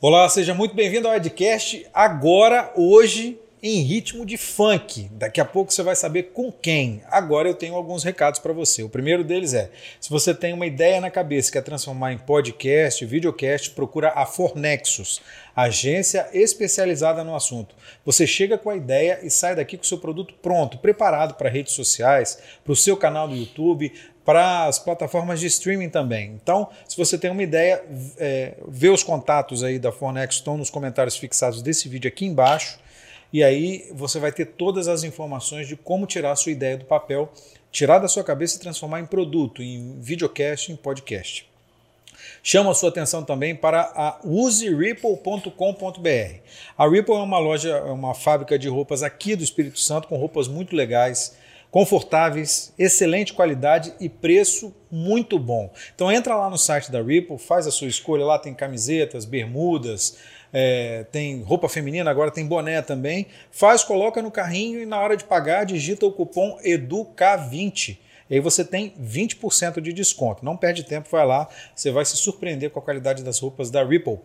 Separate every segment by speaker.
Speaker 1: Olá, seja muito bem-vindo ao Edcast. Agora, hoje, em ritmo de funk. Daqui a pouco você vai saber com quem. Agora eu tenho alguns recados para você. O primeiro deles é: se você tem uma ideia na cabeça que quer transformar em podcast, videocast, procura a Fornexus, agência especializada no assunto. Você chega com a ideia e sai daqui com o seu produto pronto, preparado para redes sociais, para o seu canal do YouTube, para as plataformas de streaming também. Então, se você tem uma ideia, é, vê os contatos aí da Fornex, estão nos comentários fixados desse vídeo aqui embaixo. E aí você vai ter todas as informações de como tirar a sua ideia do papel, tirar da sua cabeça e transformar em produto, em videocast, em podcast. Chamo a sua atenção também para a useripple.com.br. A Ripple é uma loja, é uma fábrica de roupas aqui do Espírito Santo com roupas muito legais confortáveis, excelente qualidade e preço muito bom. Então entra lá no site da Ripple, faz a sua escolha, lá tem camisetas, bermudas, é, tem roupa feminina, agora tem boné também. Faz, coloca no carrinho e na hora de pagar digita o cupom EDUCA20. E aí você tem 20% de desconto. Não perde tempo, vai lá, você vai se surpreender com a qualidade das roupas da Ripple.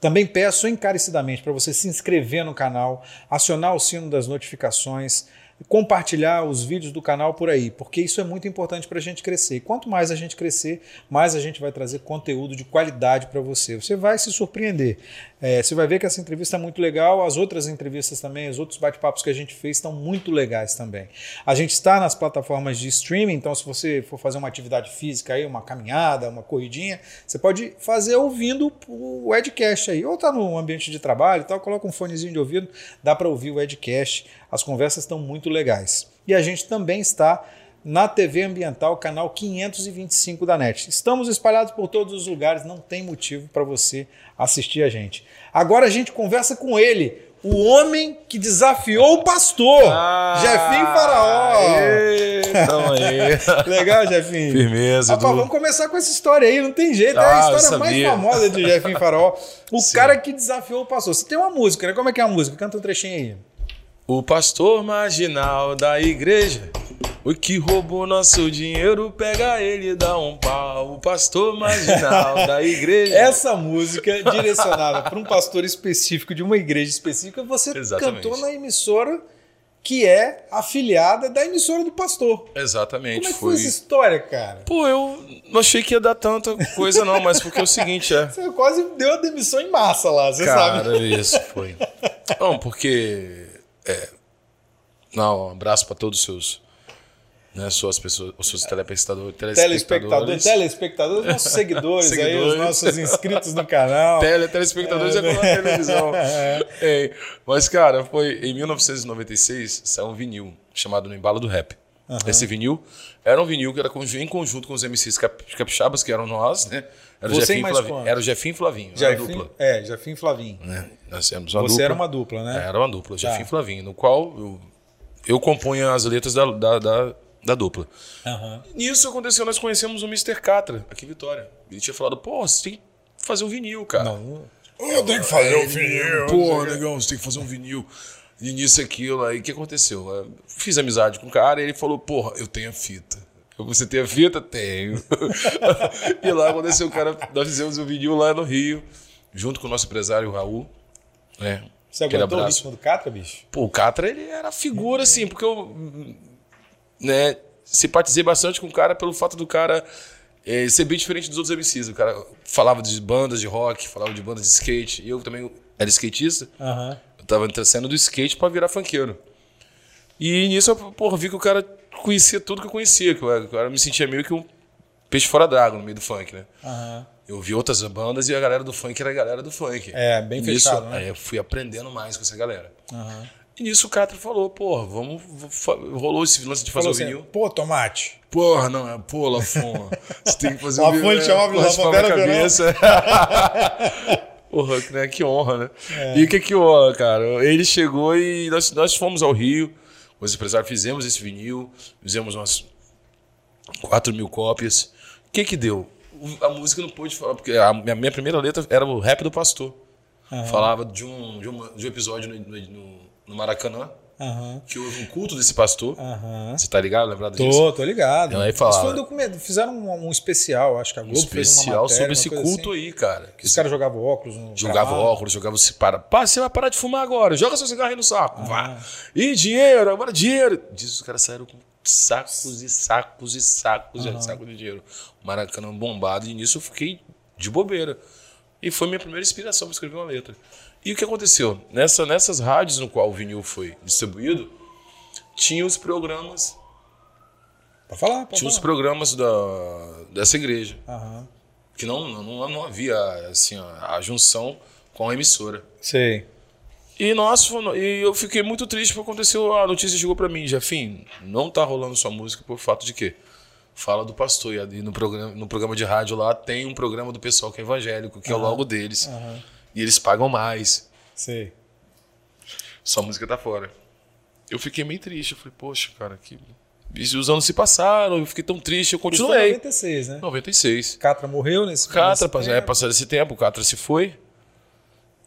Speaker 1: Também peço encarecidamente para você se inscrever no canal, acionar o sino das notificações, compartilhar os vídeos do canal por aí, porque isso é muito importante para a gente crescer. E quanto mais a gente crescer, mais a gente vai trazer conteúdo de qualidade para você. Você vai se surpreender. É, você vai ver que essa entrevista é muito legal, as outras entrevistas também, os outros bate-papos que a gente fez estão muito legais também. A gente está nas plataformas de streaming, então se você for fazer uma atividade física aí, uma caminhada, uma corridinha, você pode fazer ouvindo o Edcast aí, ou tá no ambiente de trabalho e tal, coloca um fonezinho de ouvido, dá para ouvir o Edcast. As conversas estão muito legais. E a gente também está na TV Ambiental, canal 525 da NET. Estamos espalhados por todos os lugares, não tem motivo para você assistir a gente. Agora a gente conversa com ele, o homem que desafiou o pastor,
Speaker 2: Ah,
Speaker 1: Jefinho Faraó.
Speaker 2: aê, tamo aí.
Speaker 1: Legal, Jefinho.
Speaker 2: Firmeza,
Speaker 1: Rapaz,
Speaker 2: Edu.
Speaker 1: vamos começar com essa história aí, não tem jeito, é
Speaker 2: Ah,
Speaker 1: a
Speaker 2: eu
Speaker 1: história mais
Speaker 2: sabia.
Speaker 1: famosa de Jefinho Faraó. O
Speaker 2: Sim.
Speaker 1: cara que desafiou o pastor. Você tem uma música, né? Como é que é a música? Canta um trechinho aí.
Speaker 2: O pastor marginal da igreja, o que roubou nosso dinheiro, pega ele e dá um pau. O pastor marginal da igreja.
Speaker 1: Essa música, é direcionada para um pastor específico de uma igreja específica, você
Speaker 2: Exatamente.
Speaker 1: cantou na emissora que é afiliada da emissora do pastor.
Speaker 2: Exatamente,
Speaker 1: Como é que foi
Speaker 2: foi.
Speaker 1: essa história, cara?
Speaker 2: Pô, eu não achei que ia dar tanta coisa, não, mas porque é o seguinte, é.
Speaker 1: Você quase deu a demissão em massa lá, você
Speaker 2: Cara,
Speaker 1: sabe.
Speaker 2: isso foi. Não, porque. é, não, um abraço para todos os seus. Né, suas pessoas, os seus telespectadores.
Speaker 1: Telespectador, né?
Speaker 2: telespectadores.
Speaker 1: telespectador, nossos seguidores, aí, os
Speaker 2: Seguidores.
Speaker 1: nossos inscritos no canal.
Speaker 2: Tele, telespectadores é, pela televisão. É, mas, cara, foi em 1996 saiu um vinil chamado No Embalo do Rap. Esse vinil era um vinil que era conju- em conjunto com os MCs cap- capixabas, que eram nós, né? Era o
Speaker 1: Você e
Speaker 2: Jefinho e
Speaker 1: mais
Speaker 2: Flavinho.
Speaker 1: quantos?
Speaker 2: Era o Jefinho e Flavinho. Era
Speaker 1: Jefim-
Speaker 2: uma dupla.
Speaker 1: é, Jefim Flavinho.
Speaker 2: né? Nós éramos uma
Speaker 1: Você
Speaker 2: dupla.
Speaker 1: era uma dupla, né?
Speaker 2: Era uma dupla, Jefinho e Flavinho, no qual eu, eu compunha as letras da, da, da, da dupla.
Speaker 1: Aham.
Speaker 2: Nisso aconteceu, nós conhecemos o Mr. Catra, aqui em Vitória. Ele tinha falado, pô, você tem que fazer um vinil, cara.
Speaker 1: Não,
Speaker 2: Eu tenho que fazer um vinil. Pô, negão, você tem que fazer um vinil. E nisso, aquilo. Aí o que aconteceu? Eu fiz amizade com o cara e ele falou: Porra, eu tenho a fita. Eu, Você tem a fita? Tenho. e lá aconteceu, o cara. Nós fizemos um vinil lá no Rio, junto com o nosso empresário Raul. Né?
Speaker 1: Você
Speaker 2: Aquele
Speaker 1: aguentou o
Speaker 2: abraço.
Speaker 1: ritmo do Catra, bicho?
Speaker 2: Pô, o Catra, ele era figura, assim, porque eu né, simpatizei bastante com o cara pelo fato do cara eh, ser bem diferente dos outros MCs. O cara falava de bandas de rock, falava de bandas de skate. E eu também era skatista.
Speaker 1: Aham.
Speaker 2: Eu tava entrando do skate pra virar funkeiro. E nisso eu porra, vi que o cara conhecia tudo que eu conhecia. Que eu, era- que eu era- me sentia meio que um peixe fora d'água no meio do funk, né?
Speaker 1: Aham.
Speaker 2: Eu vi outras bandas e a galera do funk era a galera do funk.
Speaker 1: É, bem
Speaker 2: Nisso,
Speaker 1: fechado, né?
Speaker 2: Aí eu fui aprendendo mais com essa galera. E nisso o Catra falou, porra, vamos. vou fa- Rolou esse lance de fazer
Speaker 1: Falou
Speaker 2: o vinil.
Speaker 1: assim, pô, Tomate,
Speaker 2: Porra, não, é pô, Lafon. Você tem que fazer
Speaker 1: Lafon, ele chamava
Speaker 2: pô,
Speaker 1: Lafon,
Speaker 2: raspava
Speaker 1: pera,
Speaker 2: a
Speaker 1: pera, não.
Speaker 2: cabeça. Porra, né? que honra, né? E o que que honra, cara? Ele chegou e nós, nós fomos ao Rio, os empresários fizemos esse vinil, fizemos umas 4 mil cópias. O que que deu? O- A música não pôde falar, porque a minha, minha primeira letra era o rap do pastor. Falava de um, de, uma- de um episódio no, no- no- no Maracanã,
Speaker 1: Aham.
Speaker 2: que houve um culto desse pastor.
Speaker 1: Aham.
Speaker 2: Você tá ligado? Lembrado disso?
Speaker 1: Tô, tô ligado.
Speaker 2: Ela aí falava-
Speaker 1: Isso foi um documento. Fizeram um, um especial, acho que a
Speaker 2: Um
Speaker 1: Globo fez uma
Speaker 2: especial
Speaker 1: matéria,
Speaker 2: sobre
Speaker 1: uma
Speaker 2: esse
Speaker 1: coisa
Speaker 2: culto
Speaker 1: assim,
Speaker 2: aí, cara.
Speaker 1: que os caras jogavam óculos no
Speaker 2: Jogava
Speaker 1: gramado.
Speaker 2: óculos, jogava se para. Pá, você vai parar de fumar agora. Joga seu cigarro aí no
Speaker 1: Ah.
Speaker 2: saco. Vá. E dinheiro, agora dinheiro. Diz os caras saíram com sacos e sacos e sacos e sacos de dinheiro. O Maracanã bombado. E nisso eu fiquei de bobeira. E foi minha primeira inspiração para escrever uma letra. E o que aconteceu? Nessa, nessas rádios no qual o vinil foi distribuído, tinha os programas.
Speaker 1: Pode falar, pode
Speaker 2: Tinha os
Speaker 1: falar.
Speaker 2: programas da, dessa igreja.
Speaker 1: Aham.
Speaker 2: Que não, não, não havia assim, a, a junção com a emissora.
Speaker 1: Sei.
Speaker 2: E nossa, foi no- e eu fiquei muito triste porque aconteceu, a notícia chegou pra mim, Jafim, não tá rolando sua música por fato de quê? Fala do pastor, e ali no programa, no programa de rádio lá tem um programa do pessoal que é evangélico, que é o logo deles. E eles pagam mais.
Speaker 1: Sei.
Speaker 2: Sua música tá fora. Eu fiquei meio triste, eu falei, poxa, cara, que. E os anos se passaram, eu fiquei tão triste, eu
Speaker 1: Isso foi em
Speaker 2: continuei.
Speaker 1: 96, né?
Speaker 2: 96.
Speaker 1: Catra morreu nesse
Speaker 2: Catra,
Speaker 1: nesse
Speaker 2: passou, é,
Speaker 1: tempo.
Speaker 2: passado esse tempo, o Catra se foi.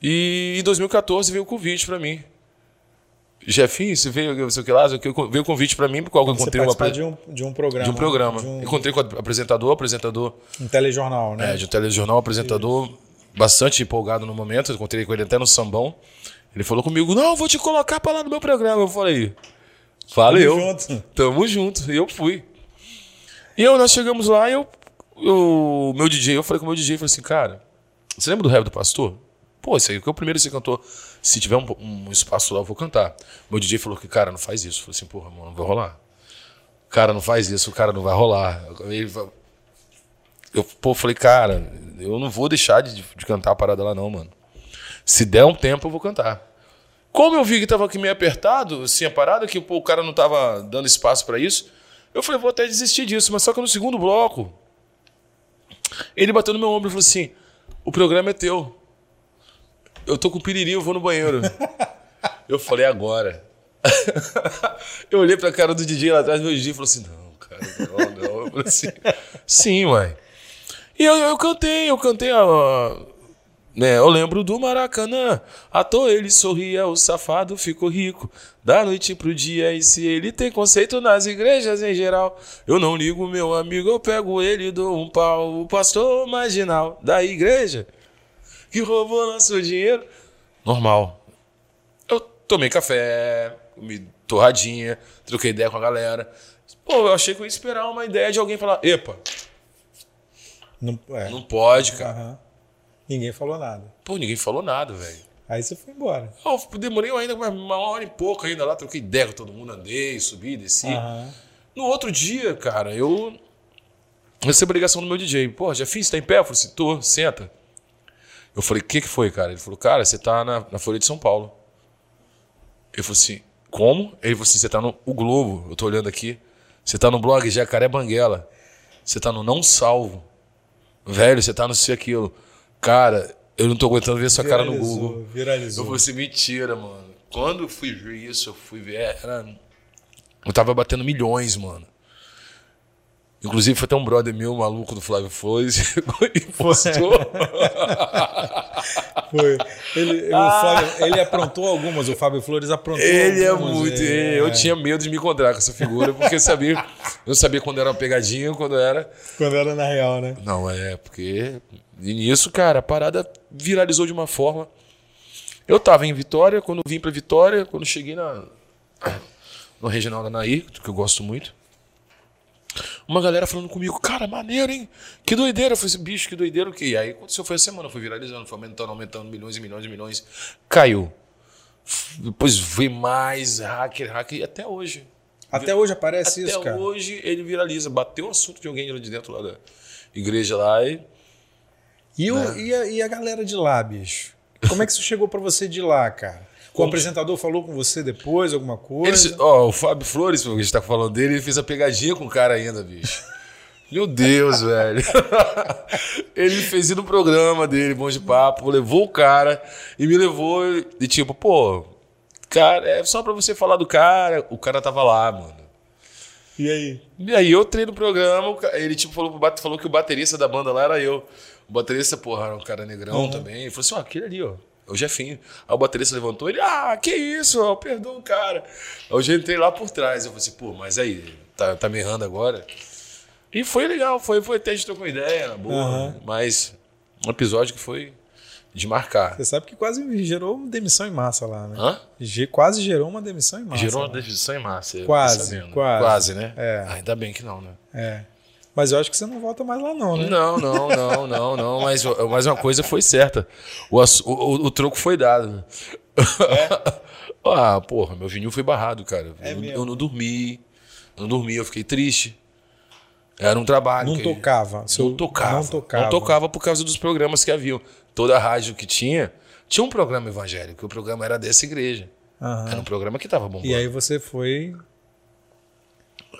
Speaker 2: E em 2014 veio o convite pra mim. Jefinho, você veio, você que lá, você- veio o convite pra mim, porque eu
Speaker 1: Você
Speaker 2: encontrei é, uma,
Speaker 1: participou
Speaker 2: apre-
Speaker 1: de um, de um programa.
Speaker 2: de um programa.
Speaker 1: De um,
Speaker 2: Encontrei com o apresentador, apresentador
Speaker 1: um telejornal, né?
Speaker 2: é, de um telejornal, apresentador bastante empolgado no momento. Eu encontrei com ele até no sambão. Ele falou comigo: Não, eu vou te colocar pra lá no meu programa. Eu falei: Valeu.
Speaker 1: junto."
Speaker 2: Tamo junto. E eu fui. E eu, nós chegamos lá e eu, eu- meu DJ, eu falei com o meu DJ, eu falei assim, cara, você lembra do rap do pastor? Pô, esse aí que é o primeiro que você cantou. Se tiver um, um espaço lá, eu vou cantar. Meu DJ falou que, cara, não faz isso. Eu falei assim, porra, mano, não vai rolar. Cara, não faz isso, o cara não vai rolar. Ele vai- Eu, pô, falei, cara, eu não vou deixar de, de cantar a parada lá, não, mano. Se der um tempo, eu vou cantar. Como eu vi que tava aqui meio apertado, assim, a parada, que pô, o cara não tava dando espaço pra isso, eu falei, vou até desistir disso. Mas só que no segundo bloco, ele bateu no meu ombro e falou assim: o programa é teu. Eu tô com piriri, eu vou no banheiro. eu falei, agora. eu olhei pra cara do DJ lá atrás, meu DJ falou assim: não, cara, não, não. Eu falei assim: sim, mãe. E eu, eu cantei, eu cantei a- a, né, eu lembro do Maracanã. À toa ele sorria, o safado ficou rico. Da noite pro dia, e se ele tem conceito nas igrejas em geral? Eu não ligo, meu amigo, eu pego ele e dou um pau. O pastor marginal da igreja que roubou nosso dinheiro. Normal. Eu tomei café, comi torradinha, troquei ideia com a galera. Pô, eu achei que eu ia esperar uma ideia de alguém falar: epa,
Speaker 1: Não, é.
Speaker 2: não pode, cara.
Speaker 1: Aham. Ninguém falou nada.
Speaker 2: Pô, ninguém falou nada, velho.
Speaker 1: Aí você foi embora.
Speaker 2: Eu demorei ainda mais uma hora e pouco ainda lá, troquei ideia com todo mundo, andei, subi, desci.
Speaker 1: Aham.
Speaker 2: No outro dia, cara, eu recebi a ligação do meu DJ. Pô, já fiz, tá em pé? Eu falei assim, tô, senta. Eu falei, o que que foi, cara? Ele falou, cara, você tá na, na Folha de São Paulo. Eu falei assim, como? Ele falou assim, você tá no O Globo, eu tô olhando aqui. Você tá no blog Jacaré Banguela. Você tá no Não Salvo. Velho, você tá no sei aquilo. Cara, eu não tô aguentando ver sua cara no
Speaker 1: Viralizou,
Speaker 2: Google. Eu
Speaker 1: Viralizou.
Speaker 2: falei assim, mentira, mano. Quando eu fui ver isso, eu fui ver. é, Era... Eu tava batendo milhões, mano. Inclusive, foi até um brother meu, maluco do Flávio Flores, e postou.
Speaker 1: Foi. Ele, o Flávio- ele aprontou algumas, o Fábio Flores aprontou
Speaker 2: Ele é
Speaker 1: algumas,
Speaker 2: muito.
Speaker 1: é.
Speaker 2: Eu tinha medo de me encontrar com essa figura, porque eu sabia, eu sabia quando era uma pegadinha, quando era.
Speaker 1: Quando era na real, né?
Speaker 2: Não, é, porque. E nisso, cara, a parada viralizou de uma forma. Eu tava em Vitória, quando eu vim pra Vitória, quando eu cheguei na. No Regional da Naí, que eu gosto muito. Uma galera falando comigo, cara, maneiro, hein? Que doideira. Eu falei assim, bicho, que doideira o quê? E aí aconteceu, foi a semana, foi viralizando, foi aumentando, aumentando, milhões e milhões e milhões. Caiu. Depois veio mais hacker, hacker, e até hoje.
Speaker 1: Até hoje aparece
Speaker 2: Até
Speaker 1: isso, cara.
Speaker 2: hoje ele viraliza. Bateu o assunto de alguém lá de dentro lá da igreja lá e.
Speaker 1: E, o-
Speaker 2: Né?
Speaker 1: e a, e a galera de lá, bicho? Como é que isso chegou pra você de lá, cara? O
Speaker 2: Como-
Speaker 1: apresentador falou com você depois, alguma
Speaker 2: Ele
Speaker 1: coisa?
Speaker 2: se- ó, o Fábio Flores, porque a gente tá falando dele, ele fez a pegadinha com o cara ainda, bicho. Meu Deus, velho. ele fez ir no programa dele, bom de papo, levou o cara e me levou e tipo, pô, cara, é só pra você falar do cara. O cara tava lá, mano.
Speaker 1: E aí?
Speaker 2: E aí eu entrei no programa, o ca- ele tipo falou, pro bate-
Speaker 1: Uhum.
Speaker 2: falou que o baterista da banda lá era eu. O baterista, porra, era um cara negrão também. Ele falou assim, ó, aquele ali, ó. É o Jefinho. Aí o baterista levantou, ele, ah, que isso, eu perdoo o cara. Aí eu já entrei lá por trás. Eu falei assim, pô, mas aí, tá, tá me errando agora? E foi legal, foi, foi até a gente trocou ideia, boa.
Speaker 1: Aham.
Speaker 2: Mas um episódio que foi de marcar.
Speaker 1: Você sabe que quase gerou uma demissão em massa lá, né?
Speaker 2: Hã?
Speaker 1: Ge- Quase gerou uma demissão em massa.
Speaker 2: Gerou uma
Speaker 1: lá.
Speaker 2: decisão em massa. eu tô
Speaker 1: Quase,
Speaker 2: sabendo.
Speaker 1: quase.
Speaker 2: Quase, né?
Speaker 1: É.
Speaker 2: Ainda bem que não, né?
Speaker 1: É. Mas eu acho que você não volta mais lá, não, né?
Speaker 2: Não, não, não, não, não. Mas, mas uma coisa foi certa. O, ass- o, o- o troco foi dado. ah, porra, meu vinil foi barrado, cara.
Speaker 1: É
Speaker 2: eu, não-
Speaker 1: mesmo?
Speaker 2: eu não dormi. Eu não dormi, eu fiquei triste. Era um trabalho.
Speaker 1: Não
Speaker 2: que-
Speaker 1: tocava. Seu-
Speaker 2: Não tocava.
Speaker 1: Não tocava.
Speaker 2: por causa dos programas que haviam. Toda a rádio que tinha, tinha um programa evangélico. O programa era dessa igreja.
Speaker 1: Aham.
Speaker 2: Era um programa que tava bombando.
Speaker 1: É. E é. aí você foi.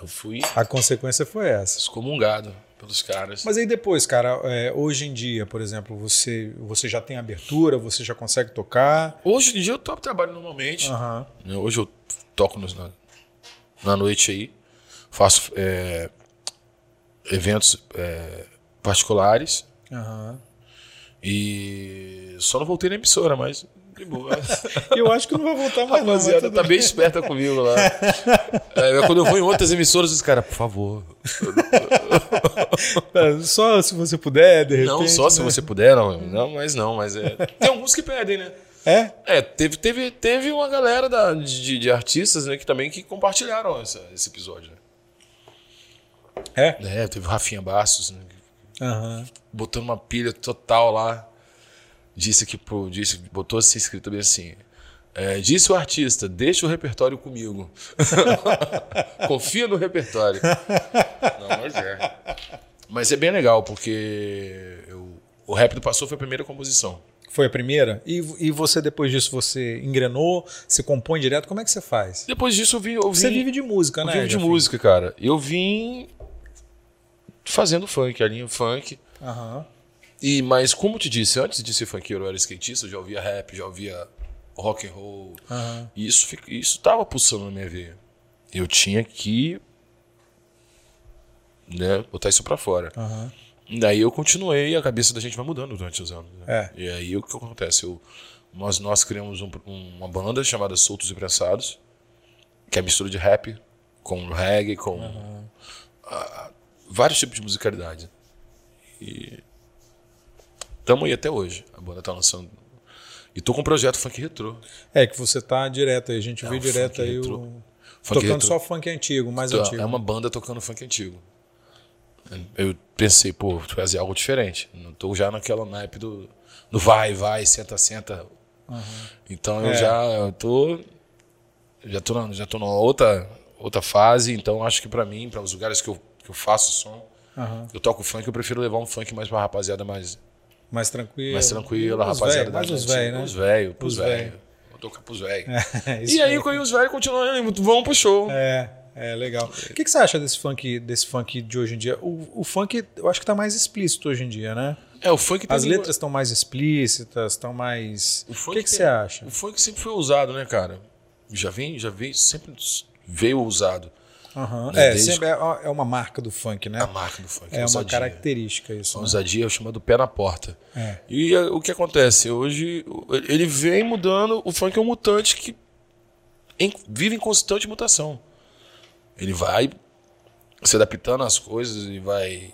Speaker 2: Eu fui
Speaker 1: A consequência foi essa.
Speaker 2: excomungado pelos caras.
Speaker 1: Mas aí depois, cara, é, hoje em dia, por exemplo, você, você já tem abertura, você já consegue tocar.
Speaker 2: Hoje em dia eu topo trabalho normalmente.
Speaker 1: Aham.
Speaker 2: né? Hoje eu toco nos- na, na noite aí, faço é, eventos é, particulares
Speaker 1: Aham.
Speaker 2: e só não voltei na emissora, mas de boa.
Speaker 1: Eu acho que não vai voltar
Speaker 2: A
Speaker 1: mais, não. mas
Speaker 2: rapaziada
Speaker 1: tudo
Speaker 2: tá
Speaker 1: bem.
Speaker 2: bem esperta comigo lá. É, quando eu vou em outras emissoras, os caras, por favor.
Speaker 1: É, Só se você puder, de repente.
Speaker 2: Não, só se
Speaker 1: né?
Speaker 2: você puder, não, não mas não, mas é. Tem alguns que pedem, né?
Speaker 1: É?
Speaker 2: É, teve, teve, teve uma galera da- de, de artistas, né, que também que compartilharam essa- esse episódio, né?
Speaker 1: É?
Speaker 2: É, teve o Rafinha Bastos, né, que
Speaker 1: Aham.
Speaker 2: botando uma pilha total lá. Disse que pro, disse, botou assim escrito bem assim. é, disse o artista, deixa o repertório comigo. Confia no repertório. Não, mas é. Mas é bem legal, porque eu- o Rap do Passou foi a primeira composição.
Speaker 1: Foi a primeira? E, e você, depois disso, você engrenou, se compõe direto? Como é que você faz?
Speaker 2: Depois disso eu vi. Eu vi
Speaker 1: Você vive de música,
Speaker 2: eu
Speaker 1: né?
Speaker 2: vivo de
Speaker 1: Jefinho?
Speaker 2: música, cara. Eu vim fazendo funk, a linha funk.
Speaker 1: Aham.
Speaker 2: E, mas como eu te disse, antes de ser funkeiro eu era skatista, eu já ouvia rap, já ouvia rock and roll.
Speaker 1: Aham.
Speaker 2: E isso, fica- isso tava pulsando na minha veia. Eu tinha que né, botar isso pra fora.
Speaker 1: Aham.
Speaker 2: E Daí eu continuei e a cabeça da gente vai mudando durante os anos. né?
Speaker 1: É.
Speaker 2: E aí o que acontece? Eu, nós, nós criamos um- uma banda chamada Soltos e Prensados, que é a mistura de rap com reggae, com ah, vários tipos de musicalidade. E estamos aí até hoje. A banda tá lançando. E tô com um projeto funk retrô.
Speaker 1: É que você tá direto aí, a gente vê
Speaker 2: o
Speaker 1: direto
Speaker 2: funk
Speaker 1: aí
Speaker 2: retrô.
Speaker 1: o.
Speaker 2: Funk
Speaker 1: Tocando
Speaker 2: retrô.
Speaker 1: só funk antigo, mais
Speaker 2: Então,
Speaker 1: antigo.
Speaker 2: É uma banda tocando funk antigo. Eu pensei, pô, vou fazer algo diferente. Não tô já naquela naipe do, do vai, vai, senta, senta. Então eu
Speaker 1: É.
Speaker 2: já eu tô já tô na, já tô numa outra outra fase, então acho que pra mim, para os lugares que eu, que eu faço som,
Speaker 1: Aham.
Speaker 2: eu toco funk, eu prefiro levar um funk mais pra rapaziada mais
Speaker 1: Mais tranquilo.
Speaker 2: mais tranquila,
Speaker 1: Os
Speaker 2: rapaziada
Speaker 1: velho, mais
Speaker 2: da
Speaker 1: os
Speaker 2: gente.
Speaker 1: velhos, né?
Speaker 2: Os velhos, pros
Speaker 1: Os velho.
Speaker 2: velhos. Vou tocar pros velhos.
Speaker 1: É, isso
Speaker 2: e aí, quando os velhos continuam, vão pro show.
Speaker 1: É, é legal. O que, que você acha desse funk, desse funk de hoje em dia? O, o funk, eu acho que tá mais explícito hoje em dia, né?
Speaker 2: É, o funk tem
Speaker 1: As
Speaker 2: um-
Speaker 1: letras estão mais explícitas, estão mais. O,
Speaker 2: funk
Speaker 1: que, que
Speaker 2: tem-
Speaker 1: você acha?
Speaker 2: O funk sempre foi ousado, né, cara? Já vem, já vem, sempre veio ousado.
Speaker 1: Aham. É,
Speaker 2: Né, desde-
Speaker 1: sempre é, é uma marca do funk, né?
Speaker 2: A marca do funk,
Speaker 1: É uma
Speaker 2: ousadia.
Speaker 1: característica isso. né?
Speaker 2: Ousadia é o chamado pé na porta.
Speaker 1: É.
Speaker 2: E é, o que acontece? Hoje o- ele vem mudando, o funk é um mutante que em- vive em constante mutação. Ele vai se adaptando às coisas e vai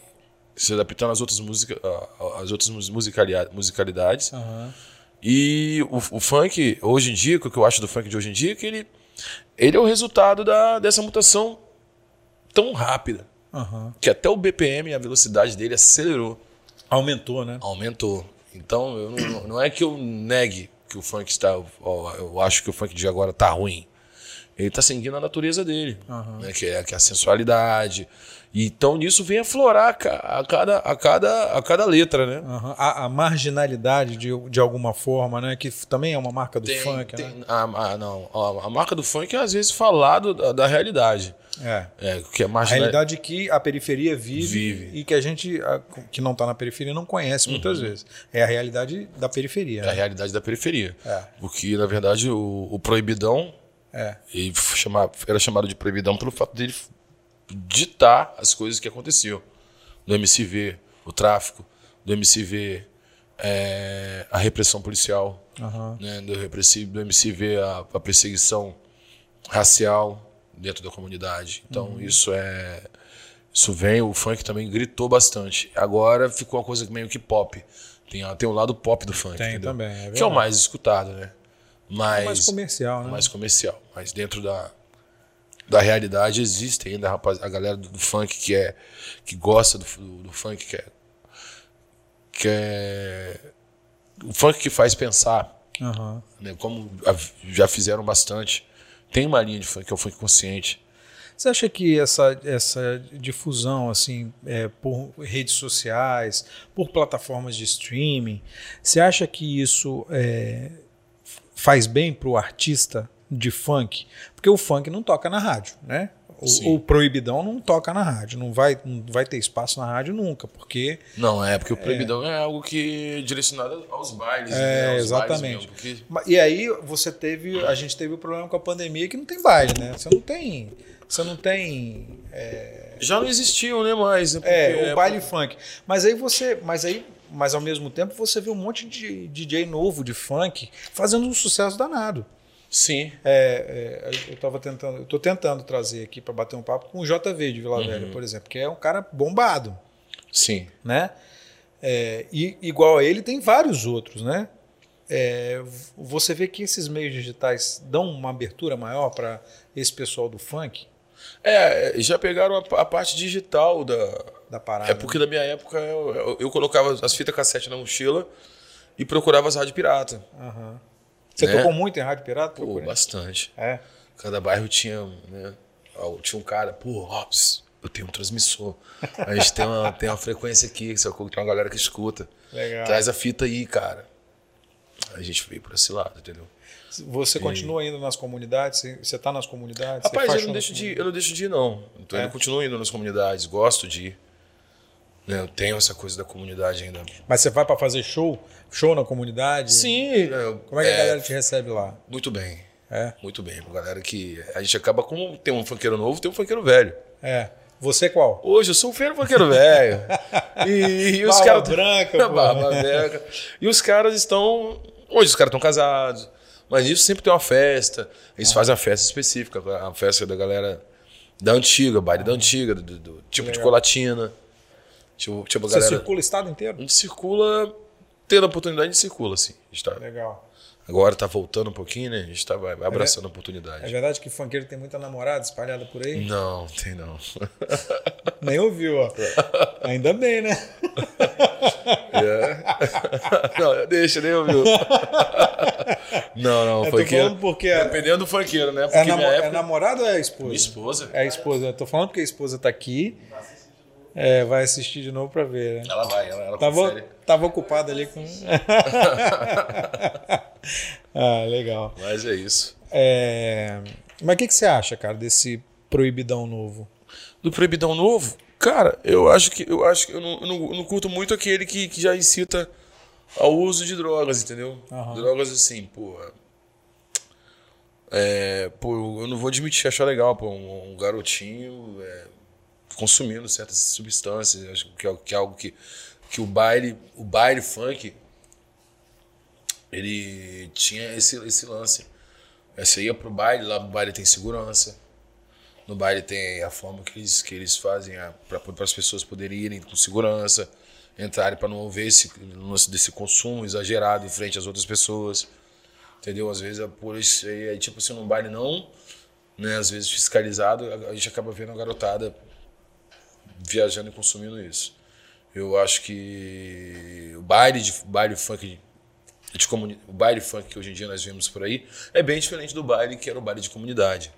Speaker 2: se adaptando às outras, música, a- às outras mus- musicalia- musicalidades.
Speaker 1: Aham.
Speaker 2: E o, o funk, hoje em dia, o que eu acho do funk de hoje em dia é que ele, ele é o resultado da, dessa mutação tão rápida.
Speaker 1: Aham.
Speaker 2: Que até o BPM, a velocidade dele acelerou,
Speaker 1: Aumentou, né?
Speaker 2: aumentou. Então, eu não, não é que eu negue que o funk está. ó, Eu acho que o funk de agora tá ruim. Ele tá seguindo a natureza dele, né? que, é, que é a sensualidade. E Então, nisso vem aflorar a ca- a cada, a cada, a cada letra, né?
Speaker 1: Aham. A, a marginalidade de, de alguma forma, né? Que f- também é uma marca do
Speaker 2: Tem-
Speaker 1: funk,
Speaker 2: tem-
Speaker 1: né?
Speaker 2: a, a- não, a, a marca do funk é às vezes falar do- da, da realidade.
Speaker 1: É.
Speaker 2: É, que é
Speaker 1: A
Speaker 2: marginal...
Speaker 1: realidade que a periferia vive,
Speaker 2: Vive. Uhum.
Speaker 1: e que a gente, a- que não está na periferia, não conhece muitas vezes. É a realidade da periferia.
Speaker 2: é a
Speaker 1: né?
Speaker 2: realidade da periferia.
Speaker 1: É.
Speaker 2: Porque, na verdade, o, o proibidão
Speaker 1: É.
Speaker 2: ele f- chama- era chamado de proibidão pelo fato dele f- ditar as coisas que aconteciam. Do MCV, o tráfico, do MCV, é, a repressão policial.
Speaker 1: Aham.
Speaker 2: né, do repressivo, do MC ver a, a perseguição racial dentro da comunidade. Então
Speaker 1: Uhum.
Speaker 2: isso é isso vem, o funk também gritou bastante. Agora ficou uma coisa meio que pop. Tem, a- tem o lado pop do funk,
Speaker 1: Tem
Speaker 2: entendeu?
Speaker 1: também, é
Speaker 2: que é o
Speaker 1: verdade.
Speaker 2: mais escutado, né? Mas
Speaker 1: mais comercial, né?
Speaker 2: mais comercial, mas dentro da da realidade existe ainda rapaz, a galera do, do funk que é que gosta do, do- do funk que é que é o funk que faz pensar
Speaker 1: Aham.
Speaker 2: né, como a- já fizeram bastante. Tem uma linha de funk que é o funk consciente.
Speaker 1: Você acha que essa, essa difusão assim é, por redes sociais, por plataformas de streaming, você acha que isso é, faz bem para o artista de funk? Porque o funk não toca na rádio, né?
Speaker 2: Sim.
Speaker 1: O, o proibidão não toca na rádio, não vai, não vai ter espaço na rádio nunca, porque
Speaker 2: Não, é porque o proibidão é, algo que é direcionado aos bailes.
Speaker 1: É,
Speaker 2: né, aos
Speaker 1: exatamente.
Speaker 2: Bailes mesmo, porque
Speaker 1: Ma- E aí você teve, a gente teve o problema com a pandemia que não tem baile, né? Você não tem, você não tem
Speaker 2: já não existiam, né, mais. né, porque
Speaker 1: é, o baile funk. Mas aí você, mas aí, mas ao mesmo tempo você vê um monte de DJ novo de funk fazendo um sucesso danado.
Speaker 2: Sim.
Speaker 1: É, é, eu tava tentando, eu tô tentando trazer aqui para bater um papo com o JV de Vila
Speaker 2: Uhum.
Speaker 1: Velha, por exemplo, que é um cara bombado,
Speaker 2: Sim.
Speaker 1: né? É, e igual a ele tem vários outros, né? É, v- você vê que esses meios digitais dão uma abertura maior para esse pessoal do funk
Speaker 2: É, já pegaram a, a parte digital da.
Speaker 1: da parada.
Speaker 2: É porque na minha época eu, eu- eu colocava as fitas cassete na mochila e procurava as rádio pirata.
Speaker 1: Aham. Você
Speaker 2: Né?
Speaker 1: tocou muito em rádio pirata?
Speaker 2: Pô,
Speaker 1: Procura.
Speaker 2: bastante.
Speaker 1: É.
Speaker 2: Cada bairro tinha, né? ó, Tinha um cara, pô, Robson, eu tenho um transmissor. A gente tem uma, tem uma frequência aqui, sacou? que tem uma galera que escuta.
Speaker 1: Legal.
Speaker 2: Traz a fita aí, cara. A gente veio por esse lado, entendeu?
Speaker 1: Você continua indo nas comunidades? Você- Você está nas comunidades? Você
Speaker 2: Rapaz,
Speaker 1: faz um É?
Speaker 2: eu
Speaker 1: show
Speaker 2: não,
Speaker 1: nas
Speaker 2: deixo de, ir- eu não deixo de ir, não. Então, Eu continuo indo nas comunidades, gosto de ir. Né, Eu tenho essa coisa da comunidade ainda.
Speaker 1: comunidades? Mas você vai para fazer show? Show na comunidade?
Speaker 2: Sim,
Speaker 1: Como é que a galera te recebe lá?
Speaker 2: Muito bem,
Speaker 1: É.
Speaker 2: muito bem. Uma galera que. A gente acaba com. Tem um funkeiro novo, tem um funkeiro velho.
Speaker 1: É. Você qual?
Speaker 2: Hoje eu sou um feiro vaqueiro velho. E, e os
Speaker 1: Barba
Speaker 2: caras.
Speaker 1: branca, pô.
Speaker 2: Barba branca. E os caras estão. Hoje os caras estão casados. Mas isso sempre tem uma festa. Eles fazem uma festa específica, a festa da galera da antiga, baile da antiga, do, do- do tipo de colatina. Tipo, tipo a
Speaker 1: Você
Speaker 2: galera.
Speaker 1: circula o estado inteiro?
Speaker 2: A gente circula, tendo a oportunidade, a gente circula, assim. A gente tá-
Speaker 1: Legal.
Speaker 2: agora tá voltando um pouquinho, né? A gente tá vai- vai abraçando a
Speaker 1: É
Speaker 2: oportunidade.
Speaker 1: verdade que funkeiro tem muita namorada espalhada por aí?
Speaker 2: Não, tem não.
Speaker 1: Nem ouviu, ó. Ainda bem, né?
Speaker 2: É. não, deixa, nem ouviu. Não, não,
Speaker 1: Eu tô
Speaker 2: funkeiro.
Speaker 1: falando porque é-
Speaker 2: Dependendo do funkeiro, né? Porque
Speaker 1: É, namo
Speaker 2: minha época.
Speaker 1: é namorado ou é a esposa?
Speaker 2: Minha esposa,
Speaker 1: É a esposa. Eu tô falando porque a esposa tá aqui. É, vai assistir de novo para ver, né?
Speaker 2: ela vai, ela, ela
Speaker 1: Tava,
Speaker 2: confere.
Speaker 1: tava ocupado ali com. ah, legal.
Speaker 2: Mas é isso.
Speaker 1: É, Mas o que, que você acha, cara, desse proibidão novo?
Speaker 2: Do Proibidão Novo, cara, eu acho que eu acho que eu não, eu não- eu não curto muito aquele que, que já incita ao uso de drogas, entendeu?
Speaker 1: Aham.
Speaker 2: Drogas assim, pô. É, pô, eu não vou admitir, achar legal, pô, um, um garotinho é, consumindo certas substâncias, acho que é, que é algo que, que o baile, o baile funk, ele tinha esse, esse lance. Aí Você ia pro baile, lá no baile tem segurança, no baile tem a forma que eles, que eles fazem para as pessoas poderem irem com segurança, entrarem para não haver esse lance desse consumo exagerado em frente às outras pessoas. Entendeu? Às vezes é por isso aí, aí, tipo assim, num baile não, né? Às vezes fiscalizado, a- a gente acaba vendo a garotada viajando e consumindo isso. Eu acho que o baile de baile funk de comuni- o baile funk que hoje em dia nós vemos por aí é bem diferente do baile que era o baile de comunidade.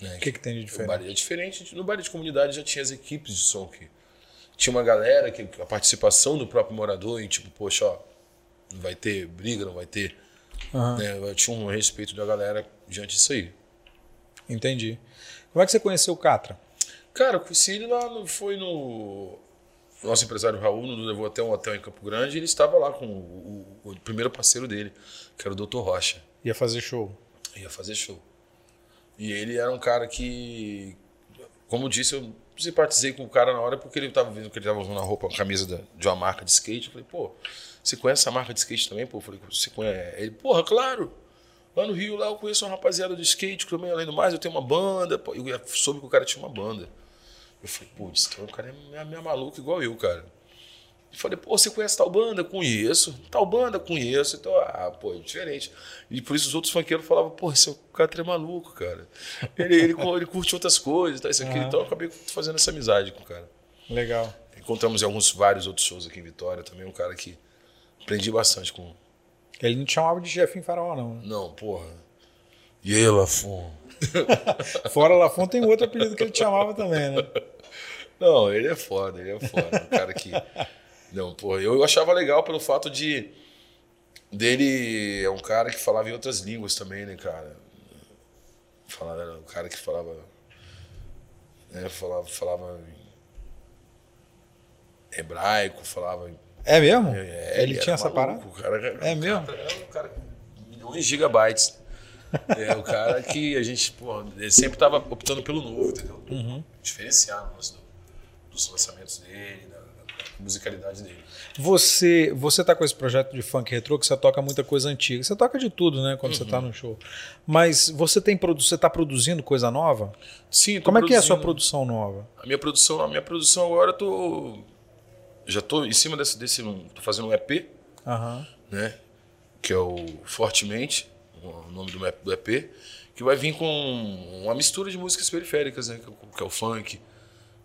Speaker 2: Né?
Speaker 1: O que, que tem de
Speaker 2: O
Speaker 1: diferente?
Speaker 2: baile é diferente. No baile de comunidade já tinha as equipes de som que tinha uma galera que a participação do próprio morador e tipo, poxa, ó, não vai ter briga, não vai ter.
Speaker 1: Aham.
Speaker 2: né? Eu tinha um respeito da galera diante disso aí.
Speaker 1: Entendi. Como é que você conheceu o Catra?
Speaker 2: Cara, eu conheci ele lá, no- foi no. Nosso empresário Raul nos levou até um hotel em Campo Grande e ele estava lá com o, o- o primeiro parceiro dele, que era o Dr. Rocha.
Speaker 1: Ia fazer show.
Speaker 2: ia fazer show. E ele era um cara que, como eu disse, eu simpatizei com o cara na hora porque ele tava vendo que ele tava usando a roupa, a camisa da- de uma marca de skate. Eu falei, pô, Você conhece essa marca de skate também? Pô, eu falei, você conhece? Ele, porra, claro. Lá no Rio, lá eu conheço uma rapaziada do skate, que também, além do mais, eu tenho uma banda. Pô, eu soube que o cara tinha uma banda. Eu falei, putz, então o cara é minha, minha maluco igual eu, cara. E falei, pô, você conhece tal banda? Conheço. Tal banda? Conheço. Então, ah, pô, é diferente. E por isso os outros funkeiros falavam, pô, esse cara é maluco, cara. Ele, ele, ele curte outras coisas, tá, isso aqui.
Speaker 1: Aham.
Speaker 2: Então eu acabei fazendo essa amizade com o cara.
Speaker 1: Legal.
Speaker 2: Encontramos em alguns, vários outros shows aqui em Vitória também, um cara que aprendi bastante com...
Speaker 1: Ele não te chamava de chefinho farol, não.
Speaker 2: Não, porra. E aí, Lafon?
Speaker 1: Fora Lafon tem outro apelido que ele te chamava também, né?
Speaker 2: Não, ele é foda, ele é foda. Um cara que. Não, porra, eu achava legal pelo fato de. dele. É um cara que falava em outras línguas também, né, cara? Falava, era um cara que falava. né, falava, falava em hebraico, falava em.
Speaker 1: É mesmo?
Speaker 2: é,
Speaker 1: ele
Speaker 2: era
Speaker 1: tinha essa parada?
Speaker 2: maluco, o Cara,
Speaker 1: É mesmo?
Speaker 2: Era um cara com milhões de gigabytes. É o cara que a gente, pô, ele sempre tava optando pelo novo, entendeu?
Speaker 1: Uhum.
Speaker 2: Diferenciar no lance do- dos lançamentos dele, da, da musicalidade dele.
Speaker 1: Você, você tá com esse projeto de funk retrô que você toca muita coisa antiga. Você toca de tudo, né, quando você
Speaker 2: Uhum.
Speaker 1: tá no show. Mas você tem produ você tá produzindo coisa nova?
Speaker 2: Sim, tô
Speaker 1: Como é que é a sua
Speaker 2: produzindo.
Speaker 1: produção nova?
Speaker 2: A minha produção, a minha produção agora eu tô já tô em cima desse desse um- tô fazendo um EP,
Speaker 1: Aham.
Speaker 2: né? Que é o Fortemente, o nome do EP, do EP, que vai vir com uma mistura de músicas periféricas, né? Que, é o- que é o funk,